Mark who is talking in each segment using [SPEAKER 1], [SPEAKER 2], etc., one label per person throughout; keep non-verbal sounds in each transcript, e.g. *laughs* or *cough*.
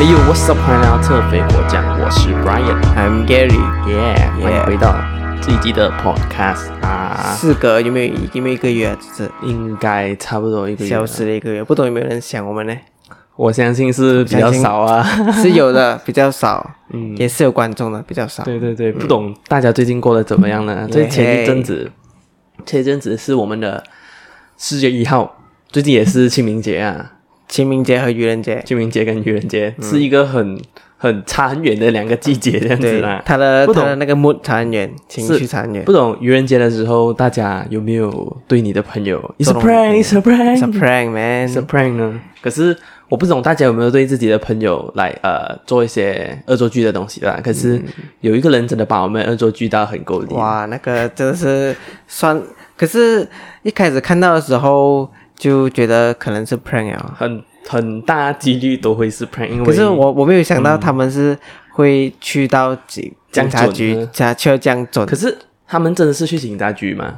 [SPEAKER 1] 呦，What's up，欢迎来到特肥火酱，我是 Brian，I'm Gary，Yeah，欢迎
[SPEAKER 2] Yeah
[SPEAKER 1] 回到这一季的 Podcast 啊，
[SPEAKER 2] 事隔有没有有没有一个月啊？这
[SPEAKER 1] 应该差不多一个
[SPEAKER 2] 是
[SPEAKER 1] 月
[SPEAKER 2] 消
[SPEAKER 1] 了，
[SPEAKER 2] 失了一个月，不懂有没有人想我
[SPEAKER 1] *laughs*
[SPEAKER 2] 们呢？
[SPEAKER 1] 我相信是比较
[SPEAKER 2] 相信
[SPEAKER 1] 少啊，
[SPEAKER 2] 是有的，比较少，嗯，也是有观众的，比较
[SPEAKER 1] *laughs*
[SPEAKER 2] 少。
[SPEAKER 1] 对对对，不懂大家最近过得怎么样呢？最前一阵子，前一阵子是我们的四月一号，最近也是清明节啊，
[SPEAKER 2] 清明节和愚人节，
[SPEAKER 1] 清明节跟愚人
[SPEAKER 2] 嗯
[SPEAKER 1] 节是一个很很差很远的两个季节这样子
[SPEAKER 2] 对
[SPEAKER 1] 啦，。
[SPEAKER 2] 他的
[SPEAKER 1] 不懂
[SPEAKER 2] 他的那个 mood 残远，情
[SPEAKER 1] 是
[SPEAKER 2] 绪残远
[SPEAKER 1] 不懂愚人节的时候，大家有没有对你的朋友 “It's a
[SPEAKER 2] 做东
[SPEAKER 1] prank, it's a prank,
[SPEAKER 2] ，it's a
[SPEAKER 1] it's
[SPEAKER 2] prank man
[SPEAKER 1] a。prank” 呢？嗯可是我不懂大家有没有对自己的朋友来呃做一些恶作剧的东西啦。可是有一个人真的把我们恶作剧到很够力，
[SPEAKER 2] 嗯哇，那个真的是算，可是一开始看到的时候就觉得可能是 prank 啊，
[SPEAKER 1] 很很大几率都会是 prank，因为
[SPEAKER 2] 可是我我没有想到他们是会去到警
[SPEAKER 1] 这样
[SPEAKER 2] 警察
[SPEAKER 1] 准
[SPEAKER 2] 局
[SPEAKER 1] 呢，
[SPEAKER 2] 警察去到这样准
[SPEAKER 1] 可，是他们真的是去警察局吗？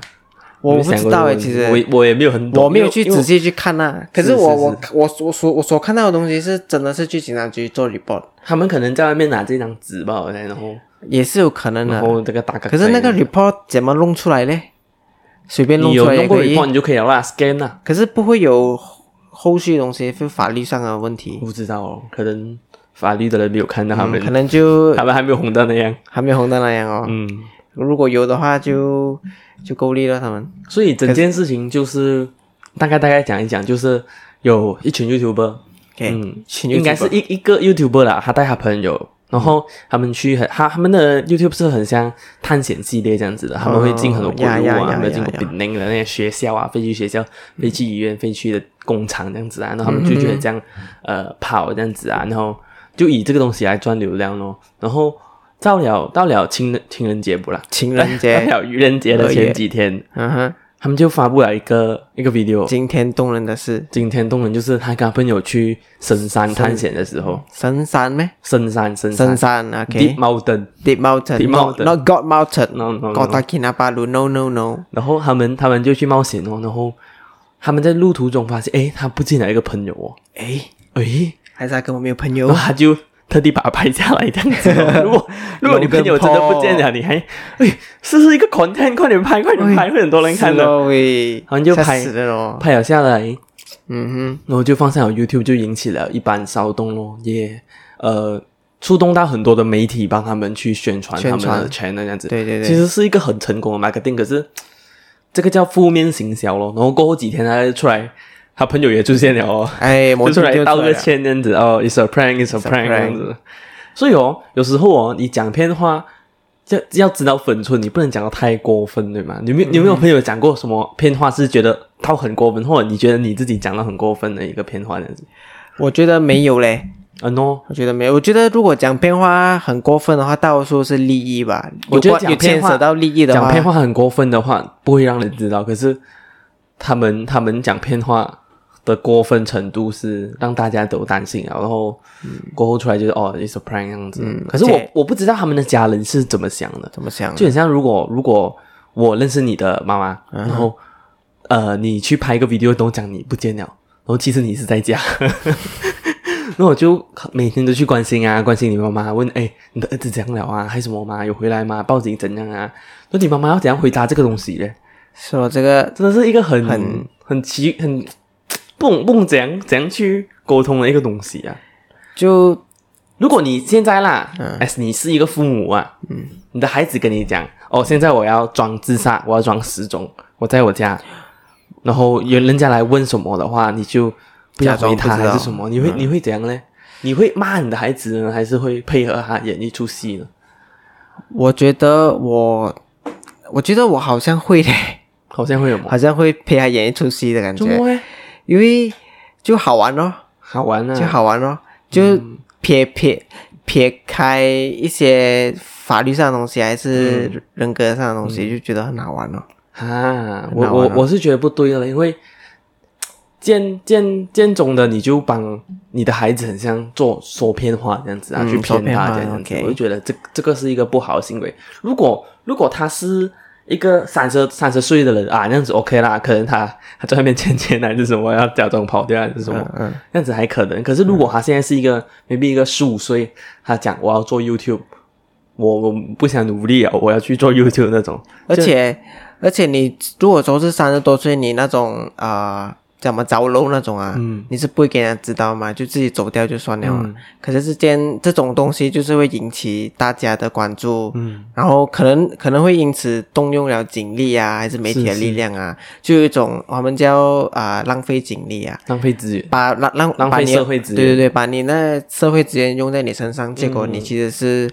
[SPEAKER 2] 我
[SPEAKER 1] 有
[SPEAKER 2] 不
[SPEAKER 1] 想
[SPEAKER 2] 知
[SPEAKER 1] 过
[SPEAKER 2] 道
[SPEAKER 1] 这
[SPEAKER 2] 诶，
[SPEAKER 1] 个
[SPEAKER 2] 其
[SPEAKER 1] 问
[SPEAKER 2] 实
[SPEAKER 1] 题我我也没有很懂，
[SPEAKER 2] 我没有
[SPEAKER 1] 因为
[SPEAKER 2] 去
[SPEAKER 1] 因为
[SPEAKER 2] 仔细去看呐、啊可
[SPEAKER 1] 是
[SPEAKER 2] 是我
[SPEAKER 1] 是
[SPEAKER 2] 我我我所我所看到的东西是真的是去警察局做 report，
[SPEAKER 1] 他们可能在外面拿着一张纸吧，然后
[SPEAKER 2] 也是有可能
[SPEAKER 1] 然
[SPEAKER 2] 的。
[SPEAKER 1] 后这个打卡。
[SPEAKER 2] 嗯
[SPEAKER 1] 啊
[SPEAKER 2] 可是那个 report 怎么弄出来呢？随便
[SPEAKER 1] 你
[SPEAKER 2] 弄
[SPEAKER 1] 有
[SPEAKER 2] 出来
[SPEAKER 1] 弄
[SPEAKER 2] 也
[SPEAKER 1] 过
[SPEAKER 2] 可以
[SPEAKER 1] report，你就可以了啦，scan 啊。
[SPEAKER 2] 可是不会有后续的东西，是法律上的问题嗯
[SPEAKER 1] 我，不知道哦，可能法律的人没有看到他们，
[SPEAKER 2] 可能就
[SPEAKER 1] 他们还没有红到那样。
[SPEAKER 2] 还没有红灯那样哦。
[SPEAKER 1] 嗯，
[SPEAKER 2] 如果有的话就，就够力了他们。
[SPEAKER 1] 所以整件事情就是大概大概讲一讲，就是有一群 YouTuber，
[SPEAKER 2] OK，、
[SPEAKER 1] 嗯，
[SPEAKER 2] 哎群
[SPEAKER 1] 应该
[SPEAKER 2] YouTuber
[SPEAKER 1] 是一一个 YouTuber 啦，他带他朋友。然后他们去很他他们的 YouTube 是很像探险系列这样子的，他们会进很多国
[SPEAKER 2] 哦呀
[SPEAKER 1] 路
[SPEAKER 2] 呀
[SPEAKER 1] 啊，
[SPEAKER 2] 呀
[SPEAKER 1] 他们经过
[SPEAKER 2] 呀呀嗯
[SPEAKER 1] 比邻的那些学校啊，飞去学校，飞去医院，飞去的工厂这样子啊，然后他们就觉得这样、呃跑这样子啊，然后就以这个东西来赚流量咯。然后到了到了情人情人节不啦，
[SPEAKER 2] 情人
[SPEAKER 1] *laughs*
[SPEAKER 2] 节，
[SPEAKER 1] 到了愚人节的前几天，
[SPEAKER 2] 嗯哼，
[SPEAKER 1] 他们就发布了一个一个 video。
[SPEAKER 2] 惊天动人的事，
[SPEAKER 1] 惊天动人就是他跟他朋友去深山探险的时候，
[SPEAKER 2] 深山咩？
[SPEAKER 1] 深山深山
[SPEAKER 2] 嗯深山
[SPEAKER 1] Deep
[SPEAKER 2] ，OK。
[SPEAKER 1] Mountain，
[SPEAKER 2] Deep Mountain,
[SPEAKER 1] Deep
[SPEAKER 2] not,
[SPEAKER 1] Mountain.
[SPEAKER 2] not God Mountain,
[SPEAKER 1] No, no, no.
[SPEAKER 2] God a k i n a b a r u no, no, no.
[SPEAKER 1] 然后他们他们就去冒险哦，然后他们在路途中发现，诶，他不见了一个朋友哦，
[SPEAKER 2] 诶，哦
[SPEAKER 1] 诶，
[SPEAKER 2] 还是他跟我没有朋
[SPEAKER 1] 然 *laughs*
[SPEAKER 2] 友
[SPEAKER 1] 后，他就特地把它拍下来这样子、
[SPEAKER 2] *laughs*
[SPEAKER 1] 哦。如果如果你朋友真的不
[SPEAKER 2] 哦
[SPEAKER 1] 见了，你还诶，试试一个 content，快点拍，快点拍，会很多人看
[SPEAKER 2] 是
[SPEAKER 1] 的。
[SPEAKER 2] 咯喂，
[SPEAKER 1] 好像就
[SPEAKER 2] 吓
[SPEAKER 1] 拍
[SPEAKER 2] 死了咯。
[SPEAKER 1] 拍了下来，
[SPEAKER 2] 嗯
[SPEAKER 1] 然后就放上了 YouTube，就引起了一般骚动咯，也呃触动到很多的媒体帮他们去宣传他
[SPEAKER 2] 宣
[SPEAKER 1] 们
[SPEAKER 2] 传
[SPEAKER 1] 的 channel 这样子。
[SPEAKER 2] 对对对
[SPEAKER 1] 其实是一个很成功的 marketing，可是这个叫负面行销咯。然后过后几天他就出来，他朋友也出现了哦
[SPEAKER 2] 哼，，哎，我
[SPEAKER 1] 就出
[SPEAKER 2] 就
[SPEAKER 1] 来
[SPEAKER 2] 就
[SPEAKER 1] 道
[SPEAKER 2] 出
[SPEAKER 1] 个
[SPEAKER 2] 了
[SPEAKER 1] 歉这样子哦，it's a prank，it's a
[SPEAKER 2] It's a
[SPEAKER 1] prank 这
[SPEAKER 2] prank
[SPEAKER 1] 样子。所以哦，有时候哦，你讲片话。要要知道分寸，你不能讲到太过分，对吗？你
[SPEAKER 2] 嗯
[SPEAKER 1] 有没有你有没有朋友讲过什么片话是觉得到很过分，或者你觉得你自己讲到很过分的一个片话这样子？
[SPEAKER 2] 我觉得没有嘞，
[SPEAKER 1] 啊、no，
[SPEAKER 2] 我觉得没有。我觉得如果讲偏话很过分的话，大多数是利益吧。
[SPEAKER 1] 我觉得
[SPEAKER 2] 有关有
[SPEAKER 1] 讲偏
[SPEAKER 2] 牵
[SPEAKER 1] 话
[SPEAKER 2] 扯到利益的
[SPEAKER 1] 讲
[SPEAKER 2] 话，
[SPEAKER 1] 片话很过分的话，不会让人知道。可是他们他们讲片话的过分程度是让大家都担心啊，然后过后出来就是哦，it's a prank 这样子。可是我
[SPEAKER 2] 嗯而且
[SPEAKER 1] 我不知道他们的家人是怎么想的，
[SPEAKER 2] 怎么想啊？
[SPEAKER 1] 就很像如果如果我认识你的妈妈，然后呃你去拍一个 video 都讲你不见了，然后其实你是在家， *laughs* 那我就每天都去关心啊，关心你妈妈，问哎你的儿子怎样了啊，还有什么吗？有回来吗？报警怎样啊？那你妈妈要怎样回答这个东西嘞？
[SPEAKER 2] 是我这个
[SPEAKER 1] 真的是一个很
[SPEAKER 2] 很
[SPEAKER 1] 很奇很不懂不懂怎样怎样去沟通的一个东西啊。
[SPEAKER 2] 就
[SPEAKER 1] 如果你现在啦，
[SPEAKER 2] 嗯
[SPEAKER 1] 哎、你是一个父母啊，你的孩子跟你讲，哦，现在我要装自杀，我要装失踪，我在我家，然后有人家来问什么的话，你就不要
[SPEAKER 2] 假装
[SPEAKER 1] 回
[SPEAKER 2] 不知
[SPEAKER 1] 他
[SPEAKER 2] 道嗯
[SPEAKER 1] 还是什么，你会、你会怎样呢？你会骂你的孩子呢，还是会配合他演一出戏呢？
[SPEAKER 2] 我觉得我，我觉得我好像会嘞，
[SPEAKER 1] 好像会有吗？
[SPEAKER 2] 好像会陪他演一出戏的感
[SPEAKER 1] 怎么
[SPEAKER 2] 觉，
[SPEAKER 1] 会？
[SPEAKER 2] 因为就好玩咯。
[SPEAKER 1] 好玩
[SPEAKER 2] 就
[SPEAKER 1] 啊！
[SPEAKER 2] 好玩咯，就撇撇撇开一些法律上的东西，还
[SPEAKER 1] 嗯
[SPEAKER 2] 是人格上的东西，就觉得很好玩咯。
[SPEAKER 1] 啊，
[SPEAKER 2] 很
[SPEAKER 1] 我
[SPEAKER 2] 好
[SPEAKER 1] 我
[SPEAKER 2] 玩啊
[SPEAKER 1] 我是觉得不对的，因为见见见中的你就帮你的孩子很像做说偏话这样子啊，
[SPEAKER 2] 嗯
[SPEAKER 1] 去
[SPEAKER 2] 说
[SPEAKER 1] 骗
[SPEAKER 2] 偏
[SPEAKER 1] 他
[SPEAKER 2] 话
[SPEAKER 1] 这样子，
[SPEAKER 2] OK
[SPEAKER 1] 我就觉得这这个是一个不好的行为。如果如果他是一个三十三十岁的人啊，那样子 OK 啦，可能他他在外面欠钱还是什么，要假装跑掉还是什么，
[SPEAKER 2] 嗯嗯
[SPEAKER 1] 那样子还可能。可是如果他现在是一个、maybe 一个十五岁，他讲我要做 YouTube，我我不想努力啊，我要去做 YouTube 那种，
[SPEAKER 2] 而且而且你如果说是三十多岁，你那种啊、呃怎么着楼那种啊，
[SPEAKER 1] 嗯
[SPEAKER 2] 你是不会给人家知道嘛，就自己走掉就算了啊。可是这件这种东西就是会引起大家的关注，
[SPEAKER 1] 嗯，
[SPEAKER 2] 然后可能可能会因此动用了警力啊，还是媒体的
[SPEAKER 1] 是是
[SPEAKER 2] 力量啊，就有一种我们叫啊、呃浪费警力啊。
[SPEAKER 1] 浪费资源。
[SPEAKER 2] 把浪浪
[SPEAKER 1] 浪
[SPEAKER 2] 把
[SPEAKER 1] 费
[SPEAKER 2] 你
[SPEAKER 1] 社会资源
[SPEAKER 2] 对对对，把你那社会资源用在你身上，结果
[SPEAKER 1] 嗯
[SPEAKER 2] 你其实是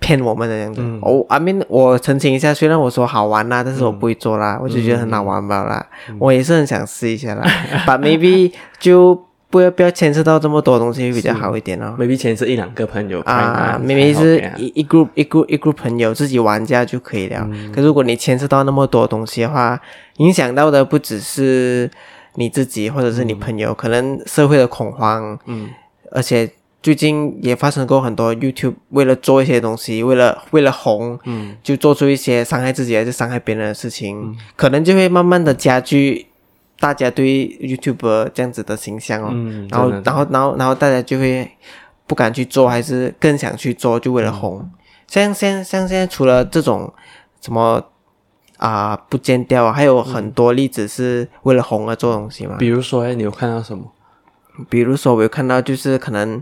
[SPEAKER 2] 骗我们的样子。哦、阿 I mean，我澄清一下，虽然我说好玩啦，但是我
[SPEAKER 1] 嗯
[SPEAKER 2] 不会做啦，我就觉得很好玩吧啦，我也是很想试一
[SPEAKER 1] *laughs*
[SPEAKER 2] 下啦，but maybe 就不要不要牵涉到这么多东西会比较好一点哦。
[SPEAKER 1] maybe 前是一两个朋友
[SPEAKER 2] 啊，
[SPEAKER 1] 看
[SPEAKER 2] 明明是
[SPEAKER 1] 还好
[SPEAKER 2] 一一 group 一 group 一 group 朋友自己玩家就可以了。可如果你牵涉到那么多东西的话，影响到的不只是你自己或者是你朋友，可能社会的恐慌，嗯，而且最近也发生过很多 YouTube 为了做一些东西，为了为了红，嗯，就做出一些伤害自己还是伤害别人的事情，可能就会慢慢的加剧。大家对 YouTuber 这样子的形象哦，
[SPEAKER 1] 嗯
[SPEAKER 2] 然后
[SPEAKER 1] 真的
[SPEAKER 2] 然后然后然后大家就会不敢去做，还是更想去做，就为
[SPEAKER 1] 嗯
[SPEAKER 2] 了红。像现像现在除了这种什么啊、不见掉啊，还有很多例子是为了红而做东西嘛。
[SPEAKER 1] 嗯比如说，哎你有看到什么？
[SPEAKER 2] 比如说我有看到就是可能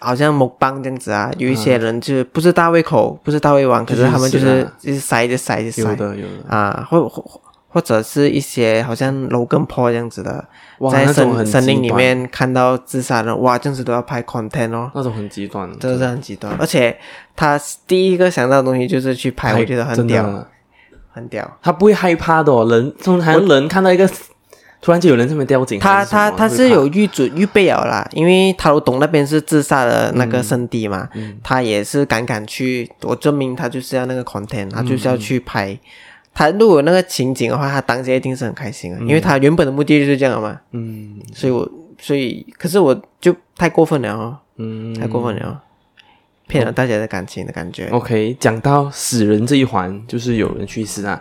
[SPEAKER 2] 好像某棒这样子啊，有一些人就是不是大胃口，不是大胃王，
[SPEAKER 1] 嗯
[SPEAKER 2] 可
[SPEAKER 1] 就是
[SPEAKER 2] 他们就是是
[SPEAKER 1] 啊
[SPEAKER 2] 就是塞就塞就
[SPEAKER 1] 有
[SPEAKER 2] 塞
[SPEAKER 1] 的，有的，
[SPEAKER 2] 啊，或或或者是一些好像 Logan Paul 这样子的，
[SPEAKER 1] 哇
[SPEAKER 2] 在
[SPEAKER 1] 那种
[SPEAKER 2] 森
[SPEAKER 1] 很
[SPEAKER 2] 森林
[SPEAKER 1] 极
[SPEAKER 2] 里
[SPEAKER 1] 端
[SPEAKER 2] 面看到自杀人，哇，这样子都要拍 content 哦。
[SPEAKER 1] 那种很极端的，
[SPEAKER 2] 真的是很极端，而且他第一个想到的东西就是去拍，我觉得很
[SPEAKER 1] 真的
[SPEAKER 2] 屌，很屌。
[SPEAKER 1] 他不会害怕的、哦，人通常人看到一个，突然就有人这么吊颈
[SPEAKER 2] 他
[SPEAKER 1] 还是什么，
[SPEAKER 2] 他他是有预准预备了啦，因为塔罗董那边是自杀的那
[SPEAKER 1] 嗯
[SPEAKER 2] 个圣地嘛，他也是敢敢去，我证明他就是要那个 content，他就是要去
[SPEAKER 1] 嗯
[SPEAKER 2] 拍。他如果有那个情景的话，他当下一定是很开心的，因为他原本的目的就是这样的嘛。
[SPEAKER 1] 嗯
[SPEAKER 2] 所以我所以可是我就太过分了哦，
[SPEAKER 1] 嗯
[SPEAKER 2] 太过分了哦，骗了大家的感情的感觉。
[SPEAKER 1] ，OK，讲到死人这一环，就是有人去世啊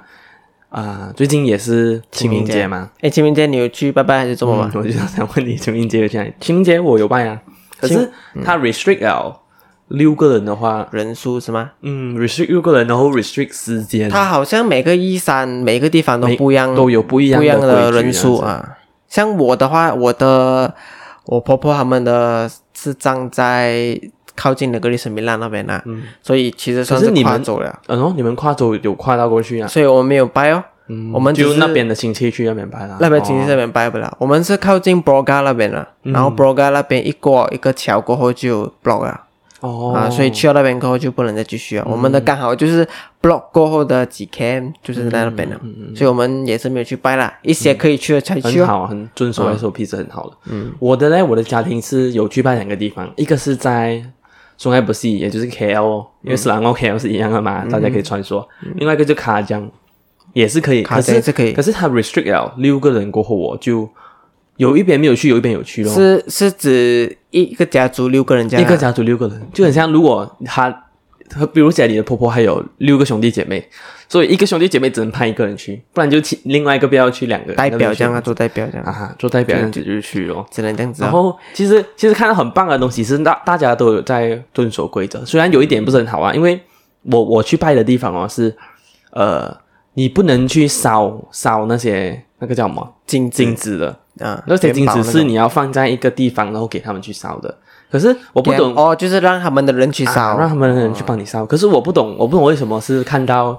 [SPEAKER 1] 啊、最近也是清明节嘛，
[SPEAKER 2] 哎，清明节你有去拜拜还是做梦吗？
[SPEAKER 1] 我就想问你清明节有去哪里？清明节我有拜啊，可是
[SPEAKER 2] 嗯
[SPEAKER 1] 他 restrict 了六个人的话，
[SPEAKER 2] 人数是吗？
[SPEAKER 1] 嗯，restrict 六个人，然后 restrict 时间，
[SPEAKER 2] 它好像每个一山嗯每个地方都不一样，
[SPEAKER 1] 都有不一样
[SPEAKER 2] 不一样的
[SPEAKER 1] 规矩
[SPEAKER 2] 人数
[SPEAKER 1] 这样子，
[SPEAKER 2] 啊。像我的话，我的我婆婆他们的是葬在靠近的格里森米兰那边啊，所以其实算
[SPEAKER 1] 可是你们
[SPEAKER 2] 跨走了，
[SPEAKER 1] 嗯、哦，你们跨州有跨到过去啊？
[SPEAKER 2] 所以我们没有掰哦，我们只
[SPEAKER 1] 就是那边的亲戚去那边啊拜啦，
[SPEAKER 2] 那边其实这边掰不了，我们是靠近 Broga 那边了，然后 Broga 那边一过一个桥过后就 block 了。
[SPEAKER 1] 哦，嗯
[SPEAKER 2] 啊，所以去到那边过后就不能再继续了。我们的刚好就是 block 过后的几 cam 就是在那边
[SPEAKER 1] 嗯
[SPEAKER 2] 了，所以我们也是没有去拜啦，一些可以去的才去
[SPEAKER 1] 很
[SPEAKER 2] 哦。
[SPEAKER 1] 好，啊很遵守 SOP 是很好的。嗯，我的呢，我的家庭是有去拜两个地方，一个是在松爱不西，也就是 KL，、哦、
[SPEAKER 2] 嗯
[SPEAKER 1] 因为斯兰澳 KL 是一样的嘛，大家可以穿梭。另外一个就卡江，也是可以，
[SPEAKER 2] 卡
[SPEAKER 1] 可是
[SPEAKER 2] 江是可以
[SPEAKER 1] 可是它 restrict 了六个人过后，我就有一边没有去，有一边有去咯。
[SPEAKER 2] 是是指一个家族六个人这
[SPEAKER 1] 一
[SPEAKER 2] 样啊
[SPEAKER 1] 个家族六个人，就很像如果他。他比如家里的婆婆还有六个兄弟姐妹，所以一个兄弟姐妹只能派一个人去，不然就其另外一个不要去两个
[SPEAKER 2] 代表这样
[SPEAKER 1] 啊
[SPEAKER 2] 啊，做代表这样啊，
[SPEAKER 1] 啊，做代表这样子就去哦。
[SPEAKER 2] 只能这样子
[SPEAKER 1] 然
[SPEAKER 2] 哦。
[SPEAKER 1] 后其实其实看到很棒的东西是大大家都有在遵守规则，虽然有一点不是很好啊，因为我我去拜的地方哦是，呃，你不能去烧烧那些那个叫什么
[SPEAKER 2] 金子
[SPEAKER 1] 金子的，
[SPEAKER 2] 啊，
[SPEAKER 1] 那些
[SPEAKER 2] 元
[SPEAKER 1] 金
[SPEAKER 2] 宝
[SPEAKER 1] 子
[SPEAKER 2] 那
[SPEAKER 1] 是
[SPEAKER 2] 种
[SPEAKER 1] 你要放在一个地方，然后给他们去烧的。可是我不懂，
[SPEAKER 2] 哦，就是让他们的人去
[SPEAKER 1] 啊
[SPEAKER 2] 烧哦
[SPEAKER 1] 让他们的人去帮你烧。可是我不懂，我不懂为什么是看到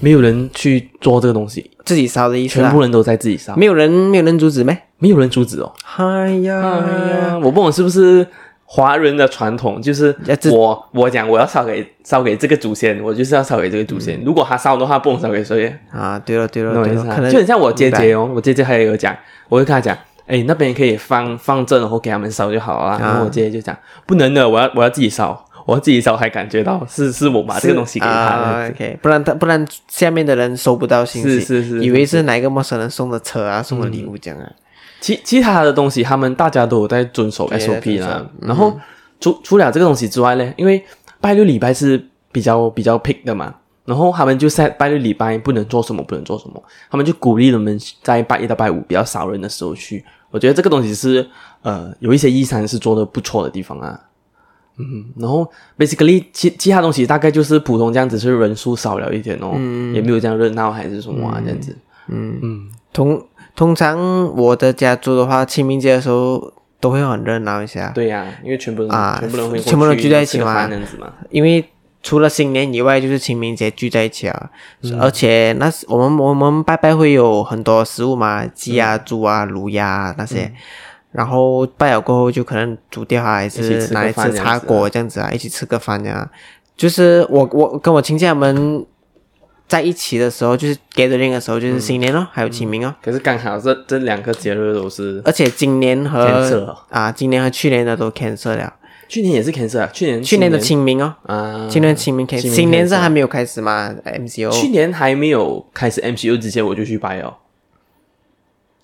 [SPEAKER 1] 没有人去做这个东西，
[SPEAKER 2] 自己烧的意思
[SPEAKER 1] 全
[SPEAKER 2] 啦
[SPEAKER 1] 部，人都在自己烧，
[SPEAKER 2] 没有人没有人阻止咩？
[SPEAKER 1] 没有人阻止哦。
[SPEAKER 2] 哎呀，
[SPEAKER 1] 嗯，我不懂是不是华人的传统，就是
[SPEAKER 2] 要自
[SPEAKER 1] 我我讲我要烧给烧给这个祖先，我就是要烧给这个祖先。
[SPEAKER 2] 嗯
[SPEAKER 1] 如果他烧的话，不能烧给谁，
[SPEAKER 2] 啊，对了对了
[SPEAKER 1] 懂我
[SPEAKER 2] 对
[SPEAKER 1] 意
[SPEAKER 2] 了，
[SPEAKER 1] 思
[SPEAKER 2] 可
[SPEAKER 1] 吗？
[SPEAKER 2] 能
[SPEAKER 1] 就很像我姐
[SPEAKER 2] 明白
[SPEAKER 1] 姐哦，我姐姐还有讲，我就跟她讲，哎，那边可以放放正，然后给他们烧就好了。然后我姐姐就讲，不能的，我要我要自己烧，我要自己烧，还感觉到是是我把这个东西给他
[SPEAKER 2] 啊
[SPEAKER 1] 的。
[SPEAKER 2] ，OK，不然他不然下面的人收不到信息，
[SPEAKER 1] 是是是嗯
[SPEAKER 2] 以为是哪一个陌生人送的车啊，送的礼物这样啊。
[SPEAKER 1] 其其他的东西，他们大家都有在遵守
[SPEAKER 2] 对在遵
[SPEAKER 1] SOP
[SPEAKER 2] 守嗯
[SPEAKER 1] 啦。然后除除了这个东西之外呢，因为拜六礼拜是比较比较 pick 的嘛，然后他们就在拜六礼拜不能做什么，不能做什么，他们就鼓励人们在拜一到拜五比较少人的时候去。我觉得这个东西是呃有一些一三是做的不错的地方啊。嗯，然后 basically 其其他东西大概就是普通这样，只是人数少了一点哦，
[SPEAKER 2] 嗯
[SPEAKER 1] 也没有这样热闹还是什么啊、这样子。
[SPEAKER 2] 通通常我的家族的话，清明节的时候都会很热闹一下，
[SPEAKER 1] *laughs* 对呀、因为全部人、
[SPEAKER 2] 啊
[SPEAKER 1] 全部人会过
[SPEAKER 2] 全部人
[SPEAKER 1] 去
[SPEAKER 2] 聚在一起
[SPEAKER 1] 吃个
[SPEAKER 2] 嘛
[SPEAKER 1] 饭这样子嘛。
[SPEAKER 2] 因为除了新年以外，就是清明节聚在一起啊。
[SPEAKER 1] 嗯
[SPEAKER 2] 而且那是我们我们拜拜会有很多食物嘛，鸡啊、猪啊、卤鸭、啊、那
[SPEAKER 1] 嗯
[SPEAKER 2] 些。然后拜了过后，就可能煮掉啊，还
[SPEAKER 1] 一起
[SPEAKER 2] 是
[SPEAKER 1] 吃个
[SPEAKER 2] 拿来
[SPEAKER 1] 饭
[SPEAKER 2] 吃
[SPEAKER 1] 这样
[SPEAKER 2] 茶
[SPEAKER 1] 子啊
[SPEAKER 2] 果这样子啊，一起吃个饭呀、就是我我跟我亲戚他们在一起的时候，就是 gathering 的时
[SPEAKER 1] 嗯
[SPEAKER 2] 候，就是新年咯，还有清明哦。
[SPEAKER 1] 可是刚好这这两个节日都是，
[SPEAKER 2] 而且今年和
[SPEAKER 1] Cancel 哦
[SPEAKER 2] 啊，今年和去年的都 cancel 了，
[SPEAKER 1] 去年也是 cancer 啊，去年
[SPEAKER 2] 去年的
[SPEAKER 1] 新
[SPEAKER 2] 清明哦，
[SPEAKER 1] 啊，
[SPEAKER 2] 今年清明开，
[SPEAKER 1] 清明
[SPEAKER 2] 新年
[SPEAKER 1] cancel
[SPEAKER 2] 是还没有开始嘛？MCO
[SPEAKER 1] 去年还没有开始 MCU 之前我就去拜哦，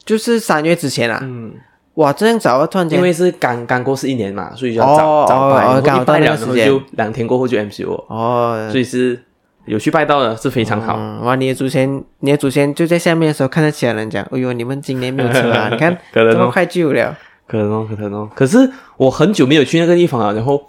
[SPEAKER 2] 就是三月之前啊。
[SPEAKER 1] 嗯，
[SPEAKER 2] 哇，这样早啊，突然间，
[SPEAKER 1] 因为是刚刚过是一年嘛，所以就要
[SPEAKER 2] 哦
[SPEAKER 1] 早、
[SPEAKER 2] 哦
[SPEAKER 1] 早拜，
[SPEAKER 2] 哦
[SPEAKER 1] 然后
[SPEAKER 2] 刚好
[SPEAKER 1] 一拜了，
[SPEAKER 2] 到那个
[SPEAKER 1] 然后
[SPEAKER 2] 时间
[SPEAKER 1] 就两天过后就 MCU，、哦
[SPEAKER 2] 哦，
[SPEAKER 1] 所以是有去拜到的是非常好。
[SPEAKER 2] 嗯，哇，你的祖先，你的祖先就在下面的时候看到其他人讲，哎呦，你们今年没有车啊？你看
[SPEAKER 1] *laughs* 可能哦
[SPEAKER 2] 这么快就有了，
[SPEAKER 1] 可能哦，可能哦。可是我很久没有去那个地方了，然后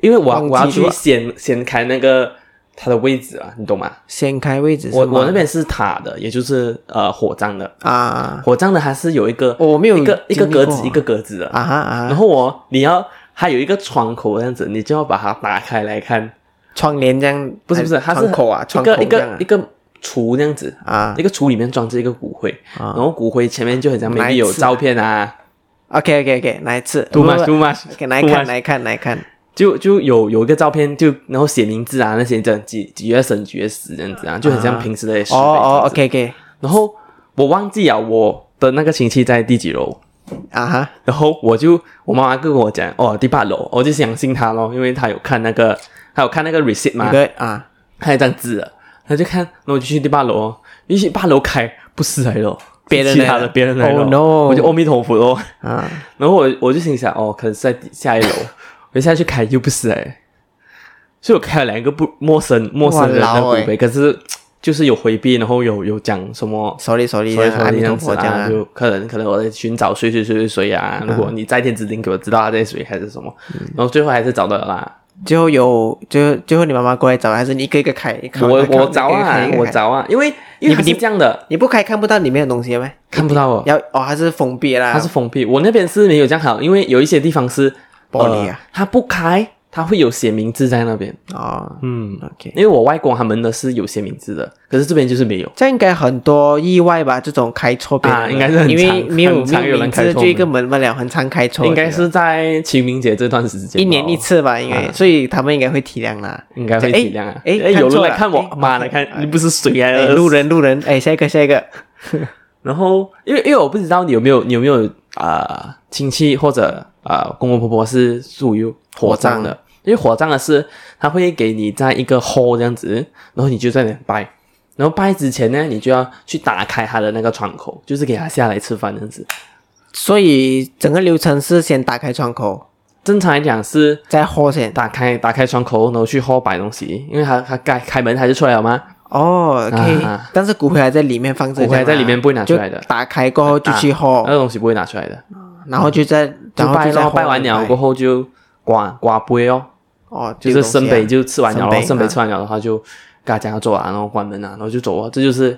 [SPEAKER 1] 因为我要
[SPEAKER 2] 忘记
[SPEAKER 1] 我要去
[SPEAKER 2] 了
[SPEAKER 1] 掀掀开那个它的位置啊，你懂吗？
[SPEAKER 2] 掀开位置是
[SPEAKER 1] 我
[SPEAKER 2] 吗
[SPEAKER 1] 我那边是塔的，也就是呃火葬的，
[SPEAKER 2] 啊，
[SPEAKER 1] 火葬的它是有一个
[SPEAKER 2] 哦我没有
[SPEAKER 1] 一个一个
[SPEAKER 2] 经历
[SPEAKER 1] 格
[SPEAKER 2] 过
[SPEAKER 1] 子一个格子的，
[SPEAKER 2] 啊哈啊
[SPEAKER 1] 然
[SPEAKER 2] 哈，
[SPEAKER 1] 后我你要它有一个窗口这样子，你就要把它打开来看，
[SPEAKER 2] 窗帘这样，
[SPEAKER 1] 不是不是，它
[SPEAKER 2] 还
[SPEAKER 1] 是
[SPEAKER 2] 窗口啊，
[SPEAKER 1] 一
[SPEAKER 2] 窗口
[SPEAKER 1] 个一
[SPEAKER 2] 这样
[SPEAKER 1] 个
[SPEAKER 2] 啊
[SPEAKER 1] 一个橱这样子，
[SPEAKER 2] 啊
[SPEAKER 1] 一个橱里面装着一个骨灰，然后骨灰前面就很像
[SPEAKER 2] 哪
[SPEAKER 1] maybe
[SPEAKER 2] 一
[SPEAKER 1] 有
[SPEAKER 2] 次
[SPEAKER 1] 照片啊
[SPEAKER 2] ，OK OK OK，来一次
[SPEAKER 1] ，too
[SPEAKER 2] 不
[SPEAKER 1] much
[SPEAKER 2] 不
[SPEAKER 1] too much，
[SPEAKER 2] OK，来 *laughs*
[SPEAKER 1] too
[SPEAKER 2] 看
[SPEAKER 1] much
[SPEAKER 2] 来看来看，
[SPEAKER 1] 就就有有一个照片，就然后写名字啊那些这样几几月生几月死这样子啊，就很像平时的石碑
[SPEAKER 2] 哦哦
[SPEAKER 1] 这样子
[SPEAKER 2] ，OK OK，
[SPEAKER 1] 然后我忘记了我的那个亲戚在第几楼，
[SPEAKER 2] 啊哈，
[SPEAKER 1] 然后我就我妈妈跟我讲，哦，第八楼，我就相信她咯，因为她有看那个，她有看那个 receipt 嘛
[SPEAKER 2] 一，个啊，
[SPEAKER 1] 她有一张纸的，她就看，然后我就去第八楼哦，一去八楼开，不是来了，
[SPEAKER 2] 别人
[SPEAKER 1] 是其
[SPEAKER 2] 来
[SPEAKER 1] 他
[SPEAKER 2] 了
[SPEAKER 1] 的，别人来了
[SPEAKER 2] Oh no
[SPEAKER 1] 我就阿弥陀佛咯，
[SPEAKER 2] 啊，
[SPEAKER 1] 然后我我就心想，哦，可能是在底下一楼，我就下去开又不是哎，所以我开了两个不陌生陌生人
[SPEAKER 2] 哇
[SPEAKER 1] 的
[SPEAKER 2] 老
[SPEAKER 1] 骨
[SPEAKER 2] 欸
[SPEAKER 1] 灰，可是就是有回避，然后有有讲什么
[SPEAKER 2] 手里手里，
[SPEAKER 1] 所以
[SPEAKER 2] 阿
[SPEAKER 1] 说你这
[SPEAKER 2] 弥陀
[SPEAKER 1] 样子
[SPEAKER 2] 佛这样
[SPEAKER 1] 啊，
[SPEAKER 2] 啊，
[SPEAKER 1] 就可能可能我在寻找谁谁谁谁谁啊。如果你在天指定给我知道他在谁还是什么，然后最后还是找到了啦。
[SPEAKER 2] 最后有最后最后你妈妈过来找，还是你一个一个开？一个一个
[SPEAKER 1] 我
[SPEAKER 2] 开
[SPEAKER 1] 我找啊，我。
[SPEAKER 2] 一个一个开一个一个开
[SPEAKER 1] 找啊，因为因为
[SPEAKER 2] 你
[SPEAKER 1] 它是这样的，
[SPEAKER 2] 你不开看不到里面的东西的吗？
[SPEAKER 1] 看不到哦，
[SPEAKER 2] 要哦，它是封闭的啦，
[SPEAKER 1] 它是封闭。我那边是没有这样好，因为有一些地方是
[SPEAKER 2] 玻璃
[SPEAKER 1] 呃
[SPEAKER 2] 啊，
[SPEAKER 1] 它不开，它会有写名字在那边。
[SPEAKER 2] 哦
[SPEAKER 1] 嗯，
[SPEAKER 2] ，OK。
[SPEAKER 1] 因为我外公他们的是有写名字的，可是这边就是没有。
[SPEAKER 2] 这样应该很多意外吧？这种开错别人的
[SPEAKER 1] 啊应该是很
[SPEAKER 2] 因为
[SPEAKER 1] 常
[SPEAKER 2] 没有
[SPEAKER 1] 很常
[SPEAKER 2] 没
[SPEAKER 1] 有
[SPEAKER 2] 有
[SPEAKER 1] 人
[SPEAKER 2] 名
[SPEAKER 1] 开
[SPEAKER 2] 字，
[SPEAKER 1] 错
[SPEAKER 2] 就一个门不了，很常开错的，
[SPEAKER 1] 应该是在清明节这段时间吧，
[SPEAKER 2] 一年一次吧，因为
[SPEAKER 1] 啊
[SPEAKER 2] 所以他们应该会体谅啦。
[SPEAKER 1] 应该会体谅啊。
[SPEAKER 2] 哎哎
[SPEAKER 1] 哎，有
[SPEAKER 2] 看错
[SPEAKER 1] 人来
[SPEAKER 2] 了
[SPEAKER 1] 看我
[SPEAKER 2] 哎，
[SPEAKER 1] 妈来看，你不是谁来
[SPEAKER 2] 哎，
[SPEAKER 1] 了？
[SPEAKER 2] 路人路人，哎，下一个下一个，
[SPEAKER 1] 然后，因为因为我不知道你有没有你有没有啊、呃亲戚或者啊、呃公公婆婆是属于火葬的，因为火葬的是他会给你在一个 hole 这样子，然后你就在那边拜，然后拜之前呢，你就要去打开他的那个窗口，就是给他下来吃饭这样子。
[SPEAKER 2] 所以整个流程是先打开窗口，
[SPEAKER 1] 正常来讲是
[SPEAKER 2] 再喝先。
[SPEAKER 1] 打开打开窗口，然后去 hole 摆东西，因为他他开开门他就出来了嘛，
[SPEAKER 2] 哦，OK，
[SPEAKER 1] 啊
[SPEAKER 2] 但是骨灰还在里面放着，
[SPEAKER 1] 骨灰
[SPEAKER 2] 这样啊
[SPEAKER 1] 在里面不会拿出来的
[SPEAKER 2] 就打开过后就去
[SPEAKER 1] 那
[SPEAKER 2] 喝，
[SPEAKER 1] 个东西不会拿出来的，
[SPEAKER 2] 然后就在哦
[SPEAKER 1] 就
[SPEAKER 2] 然后
[SPEAKER 1] 拜
[SPEAKER 2] 就在
[SPEAKER 1] 咯，
[SPEAKER 2] 喝
[SPEAKER 1] 拜完了过后就刮刮杯哦。
[SPEAKER 2] 哦，
[SPEAKER 1] 就是
[SPEAKER 2] 丢东西啊
[SPEAKER 1] 生北就吃完了，
[SPEAKER 2] 圣
[SPEAKER 1] 然
[SPEAKER 2] 杯
[SPEAKER 1] 后生北
[SPEAKER 2] 啊
[SPEAKER 1] 吃完了的话就嘎家做啊，然后关门啊，然后就走啊，这就是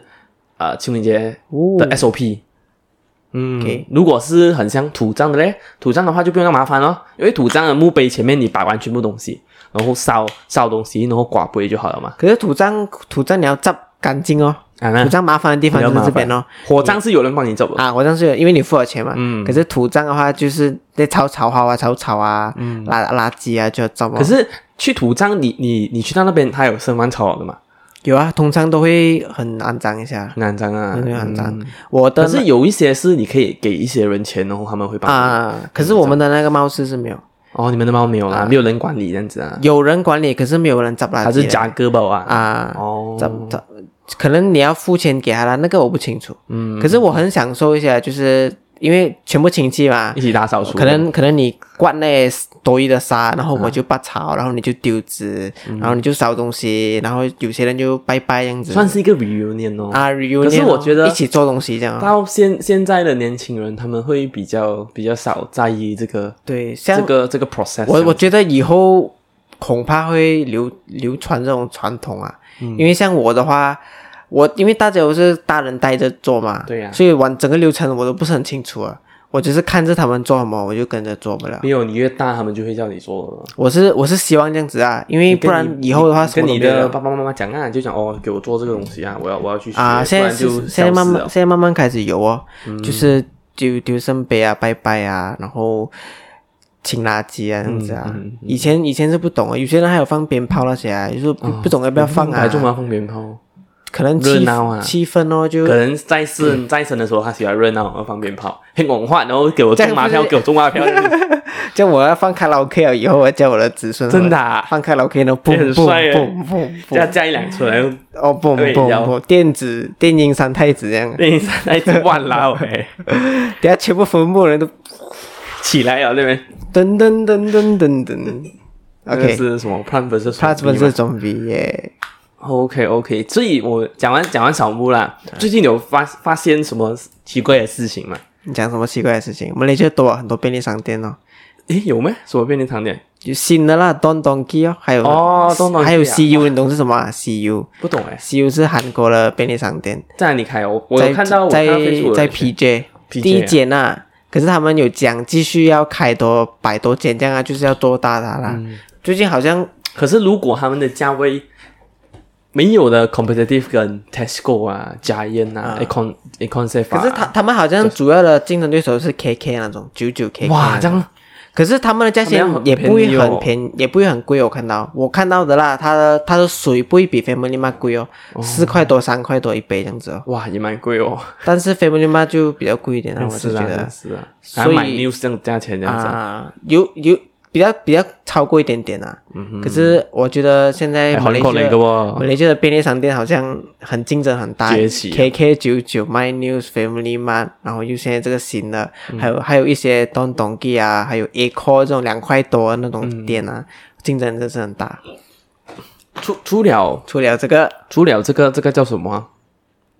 [SPEAKER 1] 呃清明节
[SPEAKER 2] 哦
[SPEAKER 1] 的 SOP。嗯
[SPEAKER 2] OK
[SPEAKER 1] 如果是很像土葬的嘞，土葬的话就不用那么麻烦哦，因为土葬的墓碑前面你摆完全部东西，然后烧烧东西，然后刮杯就好了嘛。
[SPEAKER 2] 可是土葬土葬你要执干净哦，
[SPEAKER 1] 啊，
[SPEAKER 2] 土
[SPEAKER 1] 那
[SPEAKER 2] 葬麻烦的地方就是这边哦。
[SPEAKER 1] 火葬是有人帮你走的，
[SPEAKER 2] 啊，我当时有因为你付了钱嘛，
[SPEAKER 1] 嗯
[SPEAKER 2] 可是土葬的话就是在抄草花啊、草草啊、垃垃圾啊，就要照嘛。
[SPEAKER 1] 嗯可是去土葬你你你去到那边，它有生完草的嘛，
[SPEAKER 2] 有啊，通常都会很肮脏一下，
[SPEAKER 1] 很难脏啊，
[SPEAKER 2] 很肮脏
[SPEAKER 1] 嗯。
[SPEAKER 2] 我的
[SPEAKER 1] 可是有一些是你可以给一些人钱，然后他们会帮你
[SPEAKER 2] 啊，可是我们的那个猫市是没有，
[SPEAKER 1] 哦，你们的猫没有
[SPEAKER 2] 啊
[SPEAKER 1] 啦，没有人管理这样子啊，
[SPEAKER 2] 有人管理，可是没有人执垃圾。
[SPEAKER 1] 它是夹胳膊啊？
[SPEAKER 2] 啊，
[SPEAKER 1] 哦，
[SPEAKER 2] 怎怎，可能你要付钱给他啦，那个我不清楚。
[SPEAKER 1] 嗯，
[SPEAKER 2] 可是我很享受一下，就是因为全部亲戚嘛
[SPEAKER 1] 一，起打扫除，
[SPEAKER 2] 可能可能你关那多余的沙，然后我就拔草，然后你就丢纸，
[SPEAKER 1] 嗯
[SPEAKER 2] 然后你就烧东西，然后有些人就拜拜这样子。
[SPEAKER 1] 算是一个 reunion 哦。
[SPEAKER 2] 啊 reunion，
[SPEAKER 1] 可是我觉得
[SPEAKER 2] 一起做东西这样啊。
[SPEAKER 1] 到现现在的年轻人，他们会比较比较少在意这个
[SPEAKER 2] 对，像
[SPEAKER 1] 这个这个 process 啊
[SPEAKER 2] 我
[SPEAKER 1] 这
[SPEAKER 2] 我
[SPEAKER 1] 样。
[SPEAKER 2] 觉得以后恐怕会流流传这种传统啊，
[SPEAKER 1] 嗯
[SPEAKER 2] 因为像我的话，我因为大家都是大人带着做嘛，
[SPEAKER 1] 对啊呀
[SPEAKER 2] 所以完整个流程我都不是很清楚啊，我只是看着他们做什么，我就跟着做不了。
[SPEAKER 1] 没有你越大，他们就会叫你做了。
[SPEAKER 2] 我是我是希望这样子啊，因为
[SPEAKER 1] 跟
[SPEAKER 2] 不然以后的啊话什
[SPEAKER 1] 跟
[SPEAKER 2] 么都
[SPEAKER 1] 你
[SPEAKER 2] 没有
[SPEAKER 1] 的
[SPEAKER 2] 了
[SPEAKER 1] 爸爸妈妈讲啊，就讲哦，给我做这个东西啊，我要我要去学，
[SPEAKER 2] 啊。现在
[SPEAKER 1] 不然就是消
[SPEAKER 2] 现在慢
[SPEAKER 1] 失
[SPEAKER 2] 慢
[SPEAKER 1] 了嗯
[SPEAKER 2] 现在慢慢开始有哦，就是丢丢圣杯啊、拜拜啊，然后清垃圾啊这样子啊。
[SPEAKER 1] 嗯嗯嗯
[SPEAKER 2] 以前以前是不懂啊，有些人还有放鞭炮那些啊，就是不、不懂要不要放啊。
[SPEAKER 1] 白种麻风哦鞭炮，
[SPEAKER 2] 可能
[SPEAKER 1] 热
[SPEAKER 2] 气
[SPEAKER 1] 闹啊
[SPEAKER 2] 气氛哦，就
[SPEAKER 1] 可能在世在生的时候他喜欢热闹，然后放鞭炮，很文化，然后给我
[SPEAKER 2] 这样
[SPEAKER 1] 中麻
[SPEAKER 2] 不是
[SPEAKER 1] 票，给我中麻
[SPEAKER 2] *laughs*
[SPEAKER 1] 票，
[SPEAKER 2] 这样我要放卡拉 OK 了，以后我要叫我的子孙
[SPEAKER 1] 真的啊
[SPEAKER 2] 放卡拉 OK 呢，嘣
[SPEAKER 1] 也很
[SPEAKER 2] 嘣
[SPEAKER 1] 帅耶
[SPEAKER 2] 嘣嘣
[SPEAKER 1] *laughs* 加
[SPEAKER 2] 嘣，
[SPEAKER 1] 加一辆车，然后
[SPEAKER 2] 哦嘣
[SPEAKER 1] 对
[SPEAKER 2] 嘣
[SPEAKER 1] 然后
[SPEAKER 2] 嘣，电子电音三太子这样，
[SPEAKER 1] 那一那一只万拉哎，
[SPEAKER 2] 等下全部坟墓人都
[SPEAKER 1] 起来了那边，
[SPEAKER 2] 噔噔噔噔噔噔
[SPEAKER 1] 那个
[SPEAKER 2] ，OK，
[SPEAKER 1] 是什么 Plan vs
[SPEAKER 2] p l u s
[SPEAKER 1] 吗
[SPEAKER 2] vs 总比耶，
[SPEAKER 1] OK OK，所以我讲完讲完扫墓啦，最近有发发现什么奇怪的事情吗？
[SPEAKER 2] 你讲什么奇怪的事情？我们那就多了很多便利商店哦，
[SPEAKER 1] 诶，有咩？什么便利商店？
[SPEAKER 2] 有新的啦，Don Donki 哦，还有
[SPEAKER 1] 哦，Don Donki 啊
[SPEAKER 2] 还有 CU，你懂是什么啊？CU
[SPEAKER 1] 不懂诶，
[SPEAKER 2] CU 是韩国的便利商店。
[SPEAKER 1] 在哪里开哦？我
[SPEAKER 2] 在
[SPEAKER 1] 有看到我
[SPEAKER 2] 在
[SPEAKER 1] 看到 Facebook 有
[SPEAKER 2] 在
[SPEAKER 1] 人写
[SPEAKER 2] PJ
[SPEAKER 1] PJ
[SPEAKER 2] 第一间啊，可是他们有讲继续要开多百多间这样啊，就是要做大它啦。
[SPEAKER 1] 嗯
[SPEAKER 2] 最近好像
[SPEAKER 1] 可是如果他们的价位没有的 competitive 跟 Tesco 啊、Giant 啊、Econ Econ Safe，
[SPEAKER 2] 可是他他们好像主要的竞争对手是 KK 那种九九 KK，
[SPEAKER 1] 哇，这样
[SPEAKER 2] 可是他们的价钱
[SPEAKER 1] 他们要
[SPEAKER 2] 也
[SPEAKER 1] 很
[SPEAKER 2] 不会
[SPEAKER 1] 便宜哦
[SPEAKER 2] 很便宜，也不会很贵。我看到我看到的啦，它的它的水不会比 Family Mart 贵哦，四块多三块多一杯这样子哦。
[SPEAKER 1] 哇也蛮贵哦，
[SPEAKER 2] 但是 Family Mart 就比较贵一点啊，我
[SPEAKER 1] 是
[SPEAKER 2] 是觉
[SPEAKER 1] 啊
[SPEAKER 2] 得
[SPEAKER 1] 是啊，
[SPEAKER 2] 所以
[SPEAKER 1] 还买 news 这样价钱这样子啊，
[SPEAKER 2] 啊，有有比较比较超过一点点啊。可是我觉得现
[SPEAKER 1] 嗯
[SPEAKER 2] 在
[SPEAKER 1] 哎
[SPEAKER 2] 马来
[SPEAKER 1] 韩国
[SPEAKER 2] 西
[SPEAKER 1] 人
[SPEAKER 2] 亚
[SPEAKER 1] 个喎
[SPEAKER 2] 马来西亚的便利商店好像很竞争很大
[SPEAKER 1] 崛起啊
[SPEAKER 2] ，KK 九九、My News、Family Mart，然后又现在这个新的，
[SPEAKER 1] 嗯
[SPEAKER 2] 还有还有一些 Don Donki 啊，还有 A Core 这种两块多的那种店
[SPEAKER 1] 嗯
[SPEAKER 2] 啊，竞争真是很大。
[SPEAKER 1] 除除了
[SPEAKER 2] 除了这个，
[SPEAKER 1] 除了这个这个叫什么啊？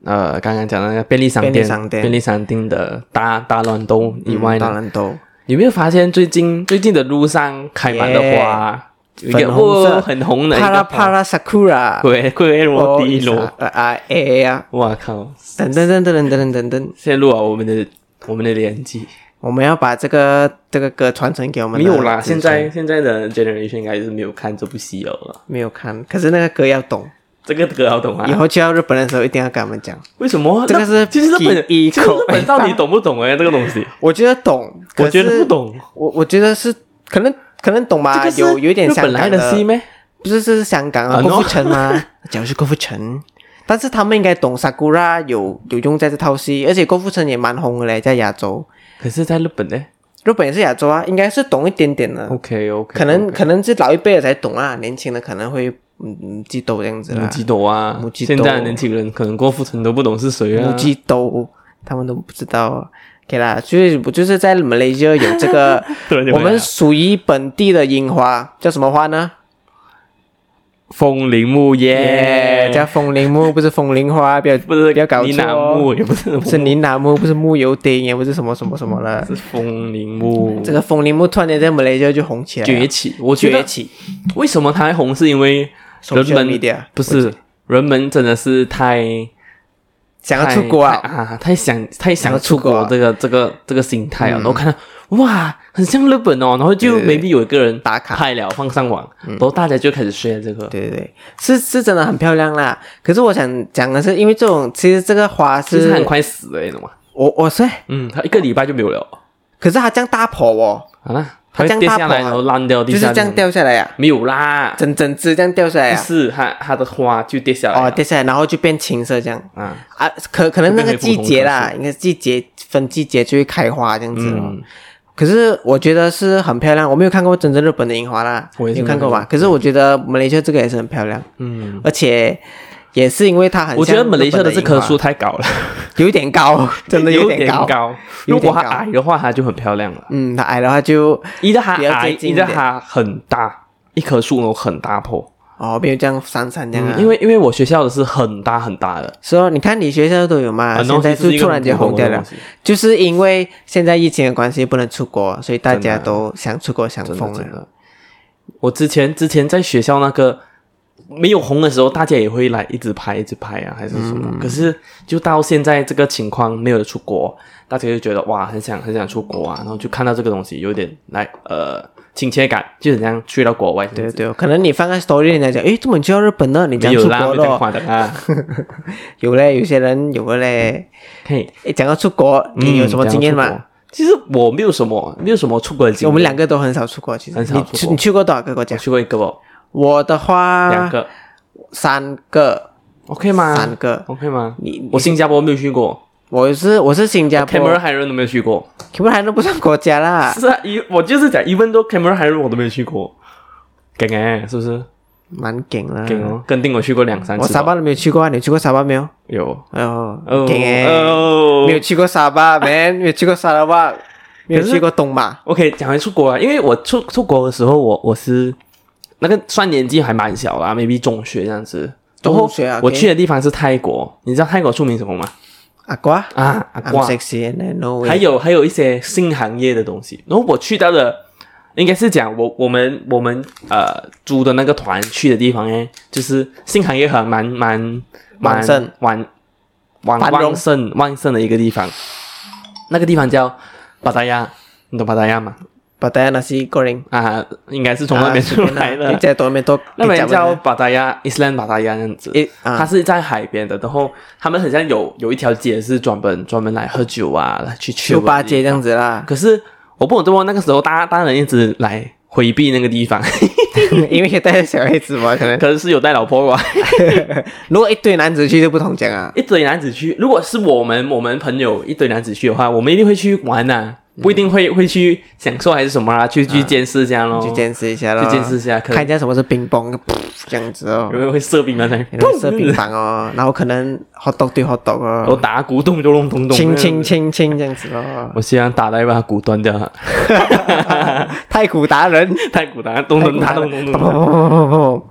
[SPEAKER 1] 呃，刚刚讲的那个便利商店，
[SPEAKER 2] 便利商店
[SPEAKER 1] 便利商店的大大乱斗以外呢
[SPEAKER 2] 嗯当，然都
[SPEAKER 1] 有没有发现最近最近的路上开满了
[SPEAKER 2] 耶
[SPEAKER 1] 花，有一个
[SPEAKER 2] 粉红色
[SPEAKER 1] 哦很红的一
[SPEAKER 2] 帕拉
[SPEAKER 1] 个
[SPEAKER 2] 帕拉 Sakura，
[SPEAKER 1] 鬼鬼罗迪罗，
[SPEAKER 2] 啊啊 A A 啊，
[SPEAKER 1] 哇靠！
[SPEAKER 2] 等等等等等等等等。
[SPEAKER 1] 陷入了我们的我们的年纪。
[SPEAKER 2] 我们要把这个这个歌传承给我们
[SPEAKER 1] 没
[SPEAKER 2] 的
[SPEAKER 1] 有啦，
[SPEAKER 2] 子
[SPEAKER 1] 现
[SPEAKER 2] 孙
[SPEAKER 1] 在现在的 generation 应该是没有看这部戏了啦。
[SPEAKER 2] 没有看，可是那个歌要懂，
[SPEAKER 1] 这个歌要懂
[SPEAKER 2] 以
[SPEAKER 1] 啊？
[SPEAKER 2] 后去到日本的时候一定要跟他们讲。
[SPEAKER 1] 为什么？啊
[SPEAKER 2] 这个
[SPEAKER 1] 那
[SPEAKER 2] 是
[SPEAKER 1] 其实日本，
[SPEAKER 2] 第一
[SPEAKER 1] 其实日
[SPEAKER 2] 口
[SPEAKER 1] 本到底懂不懂哎、这个东西，
[SPEAKER 2] 我觉得懂，
[SPEAKER 1] 我觉
[SPEAKER 2] 可
[SPEAKER 1] 得
[SPEAKER 2] 是
[SPEAKER 1] 不，懂。
[SPEAKER 2] 我我觉得是可能可能懂吧，
[SPEAKER 1] 这个是
[SPEAKER 2] 有有一点
[SPEAKER 1] 日
[SPEAKER 2] 香
[SPEAKER 1] 本来
[SPEAKER 2] 港
[SPEAKER 1] 的戏咩？
[SPEAKER 2] 不是这是香港
[SPEAKER 1] 啊
[SPEAKER 2] 啊，
[SPEAKER 1] ，no
[SPEAKER 2] 郭富城吗？
[SPEAKER 1] *laughs*
[SPEAKER 2] 讲的是郭富城，但是他们应该懂 Sakura 有有用在这套戏，而且郭富城也蛮红的嘞，在亚洲，
[SPEAKER 1] 可是，在日本呢
[SPEAKER 2] 日本也是亚洲啊，应该是懂一点点的。
[SPEAKER 1] ？OK OK，
[SPEAKER 2] 可能可能是老一辈的才懂啊，年轻的可能会嗯嗯激动这样子啦
[SPEAKER 1] 母。鸡斗啊
[SPEAKER 2] 母，鸡斗
[SPEAKER 1] 现在的年轻人可能郭富城都不懂是谁啊。
[SPEAKER 2] 母鸡都他们都不知道啊。OK 啦，就是我就是在马来西亚有这
[SPEAKER 1] *laughs*
[SPEAKER 2] 个
[SPEAKER 1] 突然间回来了，
[SPEAKER 2] 我们属于本地的樱花，叫什么花呢？
[SPEAKER 1] 枫林木耶，
[SPEAKER 2] 叫风铃木，不是风铃花，不要
[SPEAKER 1] 不是
[SPEAKER 2] 不要搞
[SPEAKER 1] 你
[SPEAKER 2] 错
[SPEAKER 1] 拿
[SPEAKER 2] 哦，
[SPEAKER 1] 木也不是
[SPEAKER 2] 不是铃拿木，不是木油丁，也不是什么什么什么了
[SPEAKER 1] 是。枫林木
[SPEAKER 2] 这个风铃木突然间在马来西亚就红起来了，
[SPEAKER 1] *laughs* 崛起，我觉
[SPEAKER 2] 崛
[SPEAKER 1] 得
[SPEAKER 2] 起，
[SPEAKER 1] 为什么它会红，是因为人
[SPEAKER 2] Social
[SPEAKER 1] 们
[SPEAKER 2] media，
[SPEAKER 1] 不是人们真的是太
[SPEAKER 2] 想要
[SPEAKER 1] 太
[SPEAKER 2] 出国
[SPEAKER 1] 太
[SPEAKER 2] 啊！
[SPEAKER 1] 啊，太想太
[SPEAKER 2] 想要
[SPEAKER 1] 想
[SPEAKER 2] 出
[SPEAKER 1] 出
[SPEAKER 2] 国
[SPEAKER 1] 国
[SPEAKER 2] 啊嗯
[SPEAKER 1] 这个这个这个心态啊，然后看到哇，很像日本哦，然后就
[SPEAKER 2] 对对对
[SPEAKER 1] maybe 有一个人
[SPEAKER 2] 打卡嗯
[SPEAKER 1] 拍了放上网，然后大家就开始 share 这个，
[SPEAKER 2] 对对对，是是真的很漂亮啦。可是我想讲的是，因为这种其实这个花
[SPEAKER 1] 其实
[SPEAKER 2] 是
[SPEAKER 1] 它很快死了，你懂吗？
[SPEAKER 2] 我我是，
[SPEAKER 1] 嗯，它一个礼拜就没有了，
[SPEAKER 2] 可是它这样大婆哦，
[SPEAKER 1] 好啦，它啊会
[SPEAKER 2] 它这样
[SPEAKER 1] 跌
[SPEAKER 2] 大
[SPEAKER 1] 下来，
[SPEAKER 2] 捧啊
[SPEAKER 1] 然后烂掉地
[SPEAKER 2] 就是
[SPEAKER 1] 下，
[SPEAKER 2] 这样，掉下来呀、
[SPEAKER 1] 没有啦，
[SPEAKER 2] 整整只这样掉下来
[SPEAKER 1] 不
[SPEAKER 2] 呀、
[SPEAKER 1] 是它它的花就跌下来
[SPEAKER 2] 哦，
[SPEAKER 1] 了，
[SPEAKER 2] 掉下来，然后就变青色这样
[SPEAKER 1] 啊，
[SPEAKER 2] 啊，可可能那个
[SPEAKER 1] 就变回普
[SPEAKER 2] 季
[SPEAKER 1] 通嗯
[SPEAKER 2] 节啦，应该季节分季节就会开花这样
[SPEAKER 1] 啊
[SPEAKER 2] 子哦。可是我觉得是很漂亮，我没有看过真正日本的樱花啦，
[SPEAKER 1] 我也是
[SPEAKER 2] 你有
[SPEAKER 1] 没有
[SPEAKER 2] 看过吧？可是我觉得马来西亚这个也是很漂亮，
[SPEAKER 1] 嗯，
[SPEAKER 2] 而且也是因为它很像
[SPEAKER 1] 我觉得马来西亚的这棵
[SPEAKER 2] 日本的
[SPEAKER 1] 树
[SPEAKER 2] 樱
[SPEAKER 1] 太高了，
[SPEAKER 2] 有一
[SPEAKER 1] *laughs*
[SPEAKER 2] 点高，真的
[SPEAKER 1] 有
[SPEAKER 2] 点
[SPEAKER 1] 点
[SPEAKER 2] 高。
[SPEAKER 1] 高。
[SPEAKER 2] 有
[SPEAKER 1] 如果她
[SPEAKER 2] 点高
[SPEAKER 1] 矮的话，她就很漂亮了。
[SPEAKER 2] 嗯，他矮的话就
[SPEAKER 1] 一的她
[SPEAKER 2] 比较
[SPEAKER 1] 矮，
[SPEAKER 2] 接近
[SPEAKER 1] 一
[SPEAKER 2] 一
[SPEAKER 1] 的
[SPEAKER 2] 点
[SPEAKER 1] 她很大，一棵树呢很大棵。
[SPEAKER 2] 哦，没有这样闪闪这样啊。
[SPEAKER 1] 嗯因为因为我学校的是很大很大的，
[SPEAKER 2] 说你看你学校都有嘛，
[SPEAKER 1] 很多
[SPEAKER 2] 啊现在
[SPEAKER 1] 啊其实
[SPEAKER 2] 就是
[SPEAKER 1] 一个
[SPEAKER 2] 突然间
[SPEAKER 1] 很普通
[SPEAKER 2] 红掉
[SPEAKER 1] 的
[SPEAKER 2] 了
[SPEAKER 1] 东，西
[SPEAKER 2] 就是因为现在疫情的关系不能出国，所以大家
[SPEAKER 1] 真的啊
[SPEAKER 2] 都想出国想
[SPEAKER 1] 真的
[SPEAKER 2] 疯
[SPEAKER 1] 真
[SPEAKER 2] 了。
[SPEAKER 1] 的。我之前之前在学校那个没有红的时候，大家也会来一直拍一直拍啊，还是什
[SPEAKER 2] 嗯
[SPEAKER 1] 么。可是就到现在这个情况没有出国，大家就觉得哇，很想很想出国啊，然后就看到这个东西有点来呃亲切感，就很像去到国外这样
[SPEAKER 2] 对
[SPEAKER 1] 子。
[SPEAKER 2] 对，可能你放在 story 人家讲，诶，这么你去到日本了，你讲
[SPEAKER 1] 没有
[SPEAKER 2] 出
[SPEAKER 1] 啦，
[SPEAKER 2] 国
[SPEAKER 1] 没这样
[SPEAKER 2] 了，
[SPEAKER 1] 夸张
[SPEAKER 2] *laughs*
[SPEAKER 1] 啊。
[SPEAKER 2] 有嘞，有些人有的嘞。
[SPEAKER 1] 嘿，
[SPEAKER 2] 诶，讲到出国，你有什么经验
[SPEAKER 1] 嗯讲到出
[SPEAKER 2] 吗？
[SPEAKER 1] 国其实我没有什么没有什么出国的经验，
[SPEAKER 2] 我们两个都很少出国，其实
[SPEAKER 1] 很少
[SPEAKER 2] 你
[SPEAKER 1] 出
[SPEAKER 2] 去
[SPEAKER 1] 国
[SPEAKER 2] 你去过多少个国
[SPEAKER 1] 我
[SPEAKER 2] 家？
[SPEAKER 1] 去过一个哦，
[SPEAKER 2] 啊我的话，
[SPEAKER 1] 两个
[SPEAKER 2] 三个，
[SPEAKER 1] ，OK 吗？
[SPEAKER 2] 三个。
[SPEAKER 1] OK 吗？
[SPEAKER 2] 你
[SPEAKER 1] 我新加坡没有去过，
[SPEAKER 2] 我是我是新加坡
[SPEAKER 1] c a m e r o n 海人都没有去过。
[SPEAKER 2] ，Cameron 还都不算国家啦。
[SPEAKER 1] 是啊，一我就是讲，even though c a m e r o n 海人我都没有去过，梗哎、是不是？
[SPEAKER 2] 蛮劲啦。
[SPEAKER 1] 梗哦，跟定我去过两三次吧。
[SPEAKER 2] 嗯我沙巴都没有去过啊，你去过沙巴没有？
[SPEAKER 1] 有
[SPEAKER 2] 哦，
[SPEAKER 1] 哦
[SPEAKER 2] 劲诶，
[SPEAKER 1] 哦
[SPEAKER 2] 没有去过沙巴，man，没有去过沙拉哇，没有
[SPEAKER 1] 可是
[SPEAKER 2] 去过东马。
[SPEAKER 1] OK，讲回出国啊，因为我出出国的时候，我我是那个算年纪还蛮小啦，maybe 中学这样子。然后
[SPEAKER 2] 中学啊
[SPEAKER 1] 我
[SPEAKER 2] OK
[SPEAKER 1] 去的地方是泰国，你知道泰国著名什么吗？
[SPEAKER 2] 阿瓜
[SPEAKER 1] 啊，阿
[SPEAKER 2] ，I'm
[SPEAKER 1] 瓜，
[SPEAKER 2] sexy and I know it。
[SPEAKER 1] 还有还有一些新行业的东西。然后我去到的，应该是讲我我们我们呃租的那个团去的地方诶，就是新行业很蛮蛮蛮
[SPEAKER 2] 旺盛
[SPEAKER 1] 旺旺
[SPEAKER 2] 繁荣
[SPEAKER 1] 旺盛旺盛的一个地方。那个地方叫巴达亚，你懂巴达亚吗？
[SPEAKER 2] 巴达亚那是个人，
[SPEAKER 1] 啊，应该是从那边出来的。
[SPEAKER 2] 你在多面多，
[SPEAKER 1] *laughs* 那边
[SPEAKER 2] 你讲
[SPEAKER 1] 叫
[SPEAKER 2] 吧
[SPEAKER 1] 巴达亚 Island 巴达亚这样子，
[SPEAKER 2] 诶啊
[SPEAKER 1] 它是在海边的，然后他们很像有有一条街是专门专门来喝酒啊，来去去
[SPEAKER 2] 酒吧街这样子
[SPEAKER 1] *laughs*
[SPEAKER 2] 啦，
[SPEAKER 1] 可是我不懂怎么那个时候大家大人一直来回避那个地方， *laughs*
[SPEAKER 2] 因为带着小孩子嘛，可能
[SPEAKER 1] 可能是有带老婆吧。
[SPEAKER 2] 如果一堆男子去就不同讲
[SPEAKER 1] *laughs*
[SPEAKER 2] 啊。
[SPEAKER 1] 一堆男子去，如果是我们我们朋友一堆男子去的话，我们一定会去玩呐、啊不一定会会去享受还是什么啊，去去监视这样咯，
[SPEAKER 2] 去见识一下咯，
[SPEAKER 1] 哦去见识一下，可能
[SPEAKER 2] 看一下什么是冰崩，噗这样子哦
[SPEAKER 1] 有，人会射兵啊，在 *laughs*
[SPEAKER 2] 然后射冰棒哦，然后可能 hot dog 对 hot dog
[SPEAKER 1] 我
[SPEAKER 2] 哦，
[SPEAKER 1] 打鼓咚就咚咚咚，
[SPEAKER 2] 亲亲亲亲这样子
[SPEAKER 1] *laughs*
[SPEAKER 2] 哦，
[SPEAKER 1] 我希望打到一把他鼓断掉， *laughs*
[SPEAKER 2] 太鼓达人，
[SPEAKER 1] 太鼓打咚咚打咚咚咚
[SPEAKER 2] 砰
[SPEAKER 1] 咚。
[SPEAKER 2] 砰砰砰砰砰，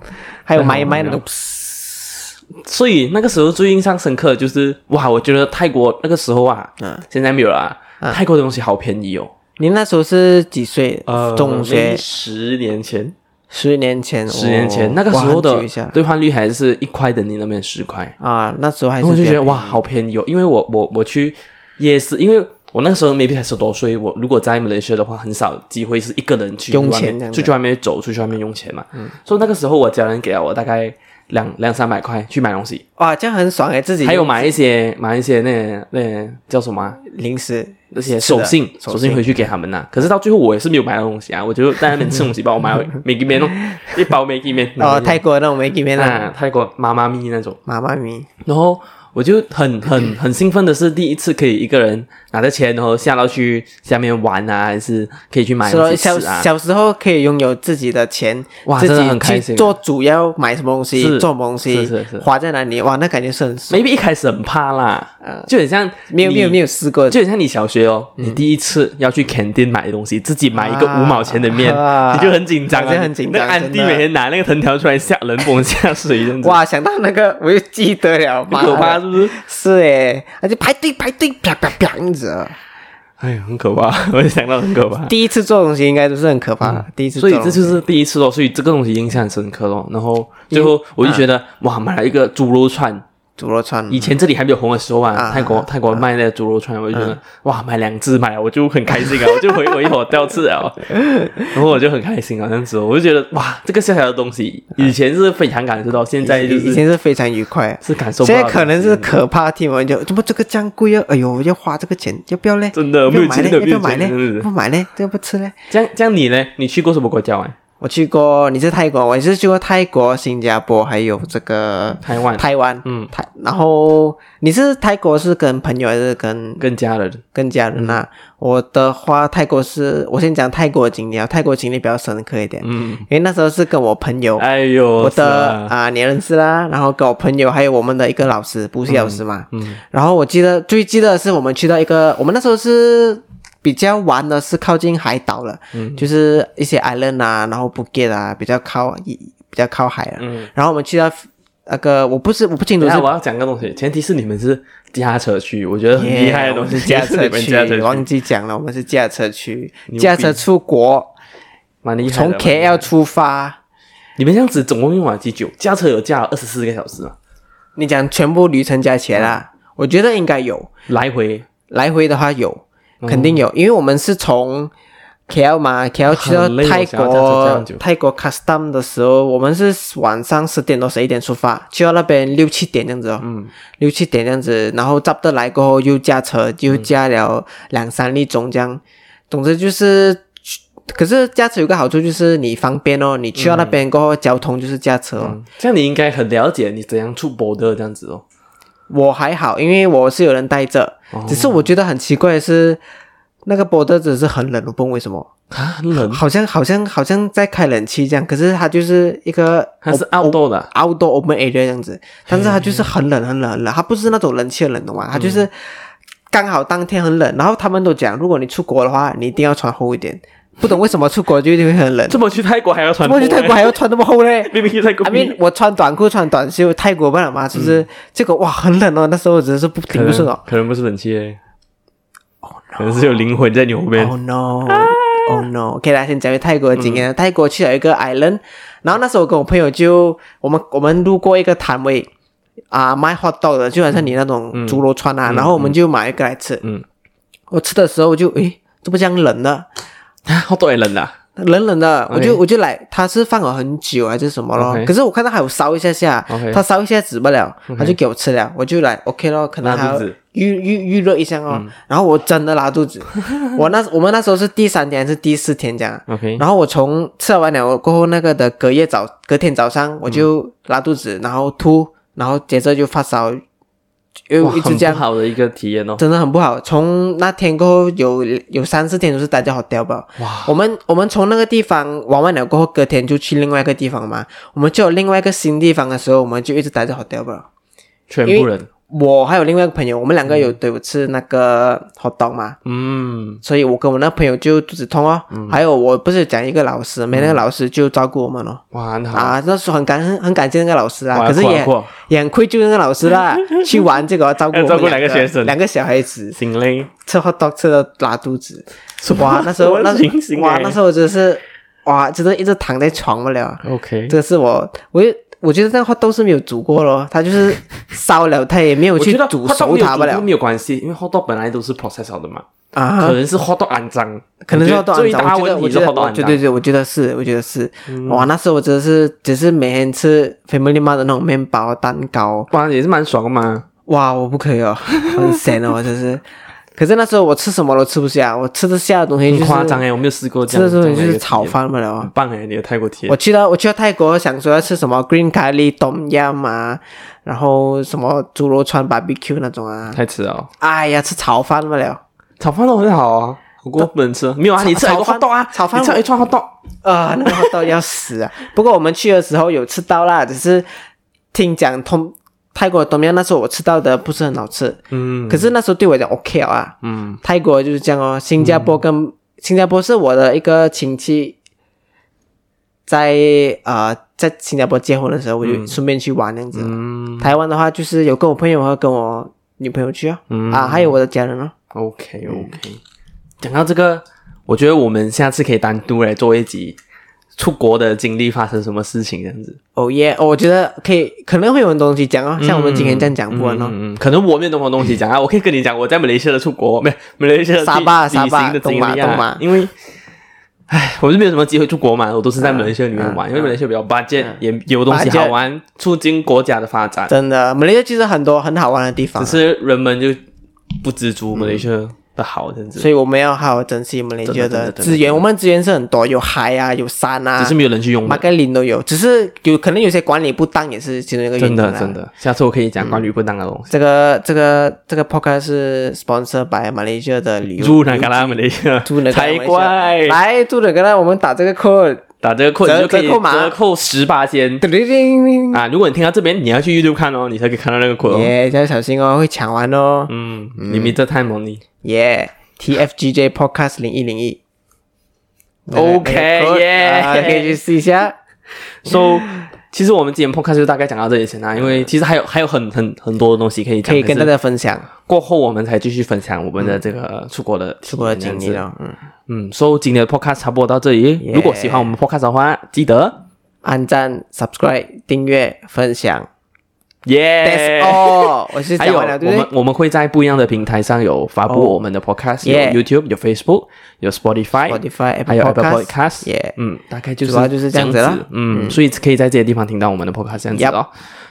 [SPEAKER 2] 还有麦麦那种，
[SPEAKER 1] *laughs* 所以那个时候最印象深刻的就是哇，我觉得泰国那个时候啊，
[SPEAKER 2] 嗯
[SPEAKER 1] 现在没有了、啊，泰国的东西好便宜哦。
[SPEAKER 2] 你那时候是几岁？中学
[SPEAKER 1] 呃十年前，
[SPEAKER 2] 十年前，
[SPEAKER 1] 十年前、
[SPEAKER 2] 哦
[SPEAKER 1] 那个时候
[SPEAKER 2] 哇很久
[SPEAKER 1] 的
[SPEAKER 2] 一下
[SPEAKER 1] 兑换率还是一块的，你那边十块，
[SPEAKER 2] 啊，那时候还
[SPEAKER 1] 然
[SPEAKER 2] 是
[SPEAKER 1] 后我就
[SPEAKER 2] 比
[SPEAKER 1] 觉
[SPEAKER 2] 较
[SPEAKER 1] 得哇，好便宜哦！因为我我我去夜市，因为我那个时候 maybe 才十多岁，我如果在马来西亚的话，很少机会是一个人去外
[SPEAKER 2] 用
[SPEAKER 1] 面
[SPEAKER 2] 钱这样子嗯
[SPEAKER 1] 出去外面走，出去外面用钱嘛。所以那个时候我家人给了我大概两两三百块去买东西，
[SPEAKER 2] 哇，这样很爽哎，自己
[SPEAKER 1] 还有买一些买一些那那叫什么啊、
[SPEAKER 2] 零食
[SPEAKER 1] 那些
[SPEAKER 2] 是的
[SPEAKER 1] 手信，
[SPEAKER 2] 手嗯
[SPEAKER 1] 手信回去给他们呐、可是到最后我也是没有买到东西啊，我就在那边吃东西，帮
[SPEAKER 2] *laughs*
[SPEAKER 1] 我买美吉面哦，一包美吉面。
[SPEAKER 2] 哦，泰国那种 Maggi 面啦，
[SPEAKER 1] 啊，泰国妈妈咪那种。
[SPEAKER 2] 妈妈咪，
[SPEAKER 1] 然后我就很 *coughs* 很很兴奋的是，第一次可以一个人拿着钱，然后下到去下面玩啊，还是可以去买
[SPEAKER 2] 是
[SPEAKER 1] 东
[SPEAKER 2] 咯，
[SPEAKER 1] 西吃
[SPEAKER 2] 小
[SPEAKER 1] 啊。
[SPEAKER 2] 小时候可以拥有自己的钱，
[SPEAKER 1] 哇
[SPEAKER 2] 自
[SPEAKER 1] 真
[SPEAKER 2] 己
[SPEAKER 1] 的很开
[SPEAKER 2] 去
[SPEAKER 1] 心啊
[SPEAKER 2] 做主要买什么东西，
[SPEAKER 1] 是
[SPEAKER 2] 做什么东西，
[SPEAKER 1] 是是是
[SPEAKER 2] 花在哪里，哇，那感觉是很爽。
[SPEAKER 1] maybe 一开始很怕啦，就很像
[SPEAKER 2] 嗯没有没有没
[SPEAKER 1] 有，
[SPEAKER 2] 有试过，
[SPEAKER 1] 呃就很像你小学哦，你第一次要去 canteen 买东西，自己买一个
[SPEAKER 2] 嗯啊
[SPEAKER 1] 五毛钱的面，
[SPEAKER 2] 啊
[SPEAKER 1] 你就很紧张
[SPEAKER 2] 我就
[SPEAKER 1] 啊，
[SPEAKER 2] 很紧张
[SPEAKER 1] 那安迪
[SPEAKER 2] 真的
[SPEAKER 1] 每天拿那个藤条出来吓人风下水这样子，
[SPEAKER 2] 哇，想到那个我就记得了，
[SPEAKER 1] 很
[SPEAKER 2] 妈
[SPEAKER 1] 可怕
[SPEAKER 2] 的，
[SPEAKER 1] 是不是？
[SPEAKER 2] 是诶，而且排队排队，啪啪啪这样子哦。
[SPEAKER 1] 哎呀，很可怕， *laughs* 我就想到很可怕。
[SPEAKER 2] 第一次做东西应该都是很可怕的，第一次做
[SPEAKER 1] 嗯所以
[SPEAKER 2] 东
[SPEAKER 1] 这
[SPEAKER 2] 西，
[SPEAKER 1] 就是第一次咯，所以这个东西印象很深刻咯。然后最后我就觉
[SPEAKER 2] 嗯
[SPEAKER 1] 得、哇，买了一个猪肉串，
[SPEAKER 2] 猪肉串，
[SPEAKER 1] 以前这里还没有红的时候啊，
[SPEAKER 2] 啊
[SPEAKER 1] 泰国、
[SPEAKER 2] 啊嗯
[SPEAKER 1] 泰国卖那个猪肉串，我就觉得、哇，买两只买了，我就很开心啊，我就回回我掉吃
[SPEAKER 2] *laughs*
[SPEAKER 1] 了，然后我就很开心啊，这样子哦，我就觉得哇，这个小小的东西，以前是非常感受到，现在就
[SPEAKER 2] 以以
[SPEAKER 1] 是
[SPEAKER 2] 前是非常愉快，
[SPEAKER 1] 是感受不
[SPEAKER 2] 现
[SPEAKER 1] 到
[SPEAKER 2] 在
[SPEAKER 1] 的东西，
[SPEAKER 2] 可能是可怕听闻就怎么这个这样贵啊，哎呦，要花这个钱，要不要嘞？
[SPEAKER 1] 真的
[SPEAKER 2] 要不
[SPEAKER 1] 没
[SPEAKER 2] 要
[SPEAKER 1] 有
[SPEAKER 2] 买
[SPEAKER 1] 钱
[SPEAKER 2] 嘞？
[SPEAKER 1] 的，没
[SPEAKER 2] 要不要
[SPEAKER 1] 有
[SPEAKER 2] 买
[SPEAKER 1] 钱
[SPEAKER 2] 嘞？
[SPEAKER 1] 的。
[SPEAKER 2] 不买嘞，这个不吃嘞。
[SPEAKER 1] 这样这样你呢？你去过什么国家玩？
[SPEAKER 2] 我我去过，你是泰国，我也是去过泰国、新加坡，还有这个
[SPEAKER 1] 台湾
[SPEAKER 2] 台湾，
[SPEAKER 1] 嗯
[SPEAKER 2] 泰。然后你是泰国是跟朋友还是跟
[SPEAKER 1] 跟家人，
[SPEAKER 2] 跟家人
[SPEAKER 1] 嗯
[SPEAKER 2] 啊？我的话，泰国是我先讲泰国经历啊，泰国经历比较深刻一点，
[SPEAKER 1] 嗯，
[SPEAKER 2] 因为那时候是跟我朋友，
[SPEAKER 1] 哎呦，
[SPEAKER 2] 我
[SPEAKER 1] 是
[SPEAKER 2] 的
[SPEAKER 1] 啊
[SPEAKER 2] 啊、你认识啦，然后跟我朋友还有我们的一个老师，补习老师嘛。
[SPEAKER 1] 嗯
[SPEAKER 2] 然后我记得最记得的是我们去到一个，我们那时候是比较玩的是靠近海岛了，
[SPEAKER 1] 嗯
[SPEAKER 2] 就是一些 island 啊，然后 Phuket 啊，比较靠比较靠海了。
[SPEAKER 1] 嗯，
[SPEAKER 2] 然后我们去到那个，我不是我不清楚
[SPEAKER 1] 等一
[SPEAKER 2] 是
[SPEAKER 1] 下我要讲个东西，前提是你们是驾车去，我觉得很厉害的东西，
[SPEAKER 2] 是驾
[SPEAKER 1] *laughs* 是你
[SPEAKER 2] 车
[SPEAKER 1] 们
[SPEAKER 2] 去，
[SPEAKER 1] 驾车
[SPEAKER 2] 忘
[SPEAKER 1] 去，
[SPEAKER 2] 记讲了，我们是驾车去
[SPEAKER 1] 牛，逼
[SPEAKER 2] 驾车出国，
[SPEAKER 1] 蛮厉害
[SPEAKER 2] 从
[SPEAKER 1] 的。蛮厉害
[SPEAKER 2] KL 出发。
[SPEAKER 1] 你们这样子总共用了几久？驾车有驾二十四个小时嘛，
[SPEAKER 2] 你讲全部旅程加起来
[SPEAKER 1] 嗯
[SPEAKER 2] 啦，我觉得应该有。
[SPEAKER 1] 来回
[SPEAKER 2] 来回的话有，
[SPEAKER 1] 哦
[SPEAKER 2] 肯定有，因为我们是从 KL 嘛，KL 去到
[SPEAKER 1] *laughs* 很累
[SPEAKER 2] 泰
[SPEAKER 1] 我想要这样子这
[SPEAKER 2] 国
[SPEAKER 1] 样久
[SPEAKER 2] 泰国 custom 的时候，我们是晚上十点多十一点出发，去到那边六七点这样子哦，
[SPEAKER 1] 嗯
[SPEAKER 2] 六七点这样子，然后 drop 得来过后又驾车，又驾了两三粒钟这样，总之就是。可是驾车有个好处就是你方便哦，你去到那边过后，交通就是驾车哦。
[SPEAKER 1] 这样你应该很了解你怎样出 border 这样子哦。
[SPEAKER 2] 我还好，因为我是有人带着，只是我觉得很奇怪的是，那个波德只是很冷，我不懂为什么，
[SPEAKER 1] 啊，冷，
[SPEAKER 2] 好像好像好像在开冷气这样，可是它就是一个
[SPEAKER 1] 它是 outdoor 的啊，
[SPEAKER 2] outdoor open area 这样子，但是它就是很冷很冷很冷，它不是那种冷气的冷，懂
[SPEAKER 1] 嗯
[SPEAKER 2] 吗？它就是刚好当天很冷，然后他们都讲，如果你出国的话，你一定要穿厚一点，不懂为什么出国就一定会很冷，
[SPEAKER 1] 这么去泰国还要 *laughs* 穿
[SPEAKER 2] 怎
[SPEAKER 1] 厚
[SPEAKER 2] 么
[SPEAKER 1] 欸？
[SPEAKER 2] 去泰国还要穿那么厚
[SPEAKER 1] *laughs*
[SPEAKER 2] 嘞？
[SPEAKER 1] 明明去泰国
[SPEAKER 2] 阿
[SPEAKER 1] 比，
[SPEAKER 2] 明，我穿短裤穿短袖，泰国不了嘛，就是、
[SPEAKER 1] 嗯
[SPEAKER 2] 这个哇，很冷哦，那时候真的是不
[SPEAKER 1] 可
[SPEAKER 2] 顶
[SPEAKER 1] 能
[SPEAKER 2] 不顺哦。
[SPEAKER 1] 可能不是冷气欸，可能是有灵魂在你后面
[SPEAKER 2] Oh no! Oh no! OK 啦，先讲回泰国的经验。泰国去了一个 island，然后那时候我跟我朋友就我们我们路过一个摊位啊，卖 hot dog 的，就好像你那种猪肉串啊，然后我们就买一个来吃。
[SPEAKER 1] 嗯，
[SPEAKER 2] 我吃的时候就诶，怎么这样冷呢？
[SPEAKER 1] 啊好多也冷的，
[SPEAKER 2] 冷冷的，我就
[SPEAKER 1] OK
[SPEAKER 2] 我就来，他是放了很久还是什么咯
[SPEAKER 1] OK
[SPEAKER 2] 可是我看到还有烧一下下
[SPEAKER 1] OK
[SPEAKER 2] 他烧一下止不了他就给我吃了，我就来 OK 咯，可能
[SPEAKER 1] 拉
[SPEAKER 2] 还要
[SPEAKER 1] 肚子嗯
[SPEAKER 2] 预预预热一下哦、然后我真的拉
[SPEAKER 1] *laughs*
[SPEAKER 2] 肚子，我那我们那时候是第三天还是第四天这样啊
[SPEAKER 1] OK
[SPEAKER 2] 然后我从吃完了过后那个的隔夜早隔天早上我就拉肚子，然后吐，然后接着就发烧，
[SPEAKER 1] 哇
[SPEAKER 2] 又一直
[SPEAKER 1] 很
[SPEAKER 2] 这样
[SPEAKER 1] 不好的一个体验哦。
[SPEAKER 2] 真的很不好。从那天过后有有三四天都是待在 hotel 吧。
[SPEAKER 1] 哇！
[SPEAKER 2] 我们我们从那个地方玩完了过后，隔天就去另外一个地方嘛。我们就有另外一个新地方的时候，我们就一直待在 hotel 吧。
[SPEAKER 1] 哦全部人，
[SPEAKER 2] 我还有另外一个朋友，我们两个有都有吃那个 hot dog 嘛，
[SPEAKER 1] 嗯，
[SPEAKER 2] 所以我跟我那朋友就肚子痛哦。还有我不是讲一个老师，
[SPEAKER 1] 嗯
[SPEAKER 2] 没那个老师就照顾我们哦。
[SPEAKER 1] 哇，很好，
[SPEAKER 2] 啊，那时候很感很很感谢那个老师啊，
[SPEAKER 1] 哇
[SPEAKER 2] 可是
[SPEAKER 1] 酷啊
[SPEAKER 2] 也
[SPEAKER 1] 酷啊
[SPEAKER 2] 也很愧疚那个老
[SPEAKER 1] *laughs*
[SPEAKER 2] 师啦，去玩这个照顾我们
[SPEAKER 1] 照顾两
[SPEAKER 2] 两
[SPEAKER 1] 个学生
[SPEAKER 2] 两个小孩子，
[SPEAKER 1] 行嘞，
[SPEAKER 2] 吃 hot dog 吃的拉肚子，哇，那时候
[SPEAKER 1] 什么
[SPEAKER 2] 那
[SPEAKER 1] 情形
[SPEAKER 2] 哇
[SPEAKER 1] 欸
[SPEAKER 2] 那时候真的是哇，真的一直躺在床不了。
[SPEAKER 1] OK，
[SPEAKER 2] 这是我，我也我觉得那个 hot dog 是没有煮过咯，它就是
[SPEAKER 1] *laughs*
[SPEAKER 2] 烧了，它也没有
[SPEAKER 1] 我
[SPEAKER 2] 去
[SPEAKER 1] 觉得
[SPEAKER 2] 煮
[SPEAKER 1] hot dog
[SPEAKER 2] 熟
[SPEAKER 1] 没有
[SPEAKER 2] 它
[SPEAKER 1] 煮
[SPEAKER 2] 不
[SPEAKER 1] 过
[SPEAKER 2] 了
[SPEAKER 1] 没有关系，因为 hot dog 本来都是 process 好的嘛，可
[SPEAKER 2] 啊。
[SPEAKER 1] 能是 hot dog 肮脏，
[SPEAKER 2] 可能是
[SPEAKER 1] 我
[SPEAKER 2] hot
[SPEAKER 1] 觉
[SPEAKER 2] dog
[SPEAKER 1] 得
[SPEAKER 2] 肮
[SPEAKER 1] 最
[SPEAKER 2] 脏，
[SPEAKER 1] 大嗯
[SPEAKER 2] 我觉得
[SPEAKER 1] 问
[SPEAKER 2] 我
[SPEAKER 1] 题是
[SPEAKER 2] 觉得
[SPEAKER 1] hot dog
[SPEAKER 2] 对
[SPEAKER 1] 肮
[SPEAKER 2] 对
[SPEAKER 1] 脏，
[SPEAKER 2] 对，我觉得是，我觉得是，哇，那时候我真的是只是每天吃 Family Mart 的那种面包蛋糕，
[SPEAKER 1] 不然也是蛮爽的嘛。
[SPEAKER 2] 哇，我不可以
[SPEAKER 1] *laughs*
[SPEAKER 2] 哦，很咸哦，我真是。可是那时候我吃什么都吃不下，我吃得下的东西就
[SPEAKER 1] 很
[SPEAKER 2] 是
[SPEAKER 1] 夸张哎，我没有试过这
[SPEAKER 2] 吃的
[SPEAKER 1] 样。
[SPEAKER 2] 时候就
[SPEAKER 1] 这样的一
[SPEAKER 2] 是
[SPEAKER 1] 个
[SPEAKER 2] 炒
[SPEAKER 1] 体验，
[SPEAKER 2] 饭不了啊
[SPEAKER 1] 很。棒哎，你的泰国体验
[SPEAKER 2] 我。去到我去到泰国，想说要吃什么 green curry、tom yum 啊，然后什么猪肉串 barbecue 那种啊。
[SPEAKER 1] 太迟了，
[SPEAKER 2] 哎呀，吃炒饭不了，
[SPEAKER 1] 炒饭都很好啊，火锅不能吃，没有啊，你吃
[SPEAKER 2] 炒
[SPEAKER 1] 一个 hot dog 啊，
[SPEAKER 2] 炒饭
[SPEAKER 1] 你吃一串 hot dog，
[SPEAKER 2] 啊、那个 hot dog 要死啊！ *laughs* 不过我们去的时候有吃到啦，只是听讲通泰国的 tom yum 那时候我吃到的不是很好吃，
[SPEAKER 1] 嗯
[SPEAKER 2] 可是那时候对我来讲 OK 了啊。
[SPEAKER 1] 嗯，
[SPEAKER 2] 泰国就是这样哦，新加坡跟、新加坡是我的一个亲戚在，呃在新加坡结婚的时候，我就顺便去玩那样子。
[SPEAKER 1] 嗯
[SPEAKER 2] 台湾的话，就是有跟我朋友和跟我女朋友去啊、
[SPEAKER 1] 嗯
[SPEAKER 2] 啊，还有我的家人哦。
[SPEAKER 1] OK OK，讲到这个，我觉得我们下次可以单独来做一集出国的经历发生什么事情这样子。
[SPEAKER 2] 哦耶，哦我觉得可以，可能会有很多东西讲哦，像我们今天这样讲不完哦。
[SPEAKER 1] 嗯，可能我没有那么多东
[SPEAKER 2] *laughs*
[SPEAKER 1] 西讲啊，我可以跟你讲我在马来西亚的出国，没马来西亚的
[SPEAKER 2] 沙巴
[SPEAKER 1] 旅行
[SPEAKER 2] 沙巴
[SPEAKER 1] 的经
[SPEAKER 2] 东马
[SPEAKER 1] 历
[SPEAKER 2] 东马
[SPEAKER 1] 啊，因为。唉，我是没有什么机会出国嘛，我都是在马来西亚里面玩，
[SPEAKER 2] 嗯
[SPEAKER 1] 因为马来西亚比较 budget，、也有东西
[SPEAKER 2] budget
[SPEAKER 1] 好玩，促进国家的发展。
[SPEAKER 2] 真的，马来西亚其实很多很好玩的地方
[SPEAKER 1] 只
[SPEAKER 2] 啊，
[SPEAKER 1] 是人们就不知足马来西亚的好，这样子，
[SPEAKER 2] 所以我们要好好珍惜我们邻居
[SPEAKER 1] 真的真的真的
[SPEAKER 2] 资源。我们资源是很多，有海啊，有山啊，
[SPEAKER 1] 只是没有人去用
[SPEAKER 2] 马
[SPEAKER 1] 嘛。
[SPEAKER 2] 盖林都有，只是有可能有些管理不当也是其中一个原
[SPEAKER 1] 真
[SPEAKER 2] 因
[SPEAKER 1] 的
[SPEAKER 2] 啦
[SPEAKER 1] 真。的，下次我可以讲关于不当的东西。
[SPEAKER 2] 这个这个这个 podcast 是 sponsor by 马来西亚的旅游
[SPEAKER 1] 住哪嘎啦马来西亚，
[SPEAKER 2] 住哪嘎啦马
[SPEAKER 1] 才
[SPEAKER 2] 来西亚
[SPEAKER 1] 怪！
[SPEAKER 2] 来住的跟他我们打这个 code，
[SPEAKER 1] 打折扣你就可以
[SPEAKER 2] 折扣码
[SPEAKER 1] 折扣十八千
[SPEAKER 2] 叮叮叮叮
[SPEAKER 1] 啊！如果你听到这边，你要去 YouTube 看哦，你才可以看到那个扣哦。
[SPEAKER 2] 耶，要小心哦，会抢完哦，
[SPEAKER 1] 嗯，你没这 time only。
[SPEAKER 2] 耶，TFGJ podcast 零一零一啊
[SPEAKER 1] OK，耶
[SPEAKER 2] 可以去试一下，
[SPEAKER 1] So，其实我们今天 podcast 就大概讲到这里先啦，因为其实还有还有很很很多的东西可以讲，
[SPEAKER 2] 可以跟
[SPEAKER 1] 但
[SPEAKER 2] 大
[SPEAKER 1] 是
[SPEAKER 2] 家分享
[SPEAKER 1] 过后我们才继续分享我们的这个呃出国的出
[SPEAKER 2] 我的经历。了，嗯，
[SPEAKER 1] 嗯，So 今天的 podcast 差不多到这里。
[SPEAKER 2] Yeah
[SPEAKER 1] 如果喜欢我们 podcast 的话，记得
[SPEAKER 2] 按赞、subscribe、订阅、分享
[SPEAKER 1] 耶。
[SPEAKER 2] ，That's all，我是
[SPEAKER 1] 哎还
[SPEAKER 2] 讲
[SPEAKER 1] 有，我
[SPEAKER 2] 完了，对不
[SPEAKER 1] 们
[SPEAKER 2] 对？
[SPEAKER 1] 我们会在不一样的平台上有发布
[SPEAKER 2] 哦
[SPEAKER 1] 我们的 podcast，
[SPEAKER 2] Yeah
[SPEAKER 1] 有 YouTube，有 Facebook，有 Spotify，
[SPEAKER 2] Spotify、
[SPEAKER 1] 哎还有 Apple Podcast。
[SPEAKER 2] 耶，
[SPEAKER 1] 嗯，大概就是
[SPEAKER 2] 主要就是
[SPEAKER 1] 这
[SPEAKER 2] 这
[SPEAKER 1] 样
[SPEAKER 2] 样子啦
[SPEAKER 1] 嗯，所以可以在这些地方听到我们的 podcast 这样子哦。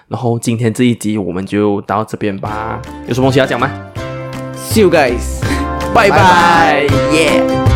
[SPEAKER 1] 然后今天这一集我们就到这边吧，有什么东西要讲吗？ *laughs*
[SPEAKER 2] See you guys，拜拜，耶。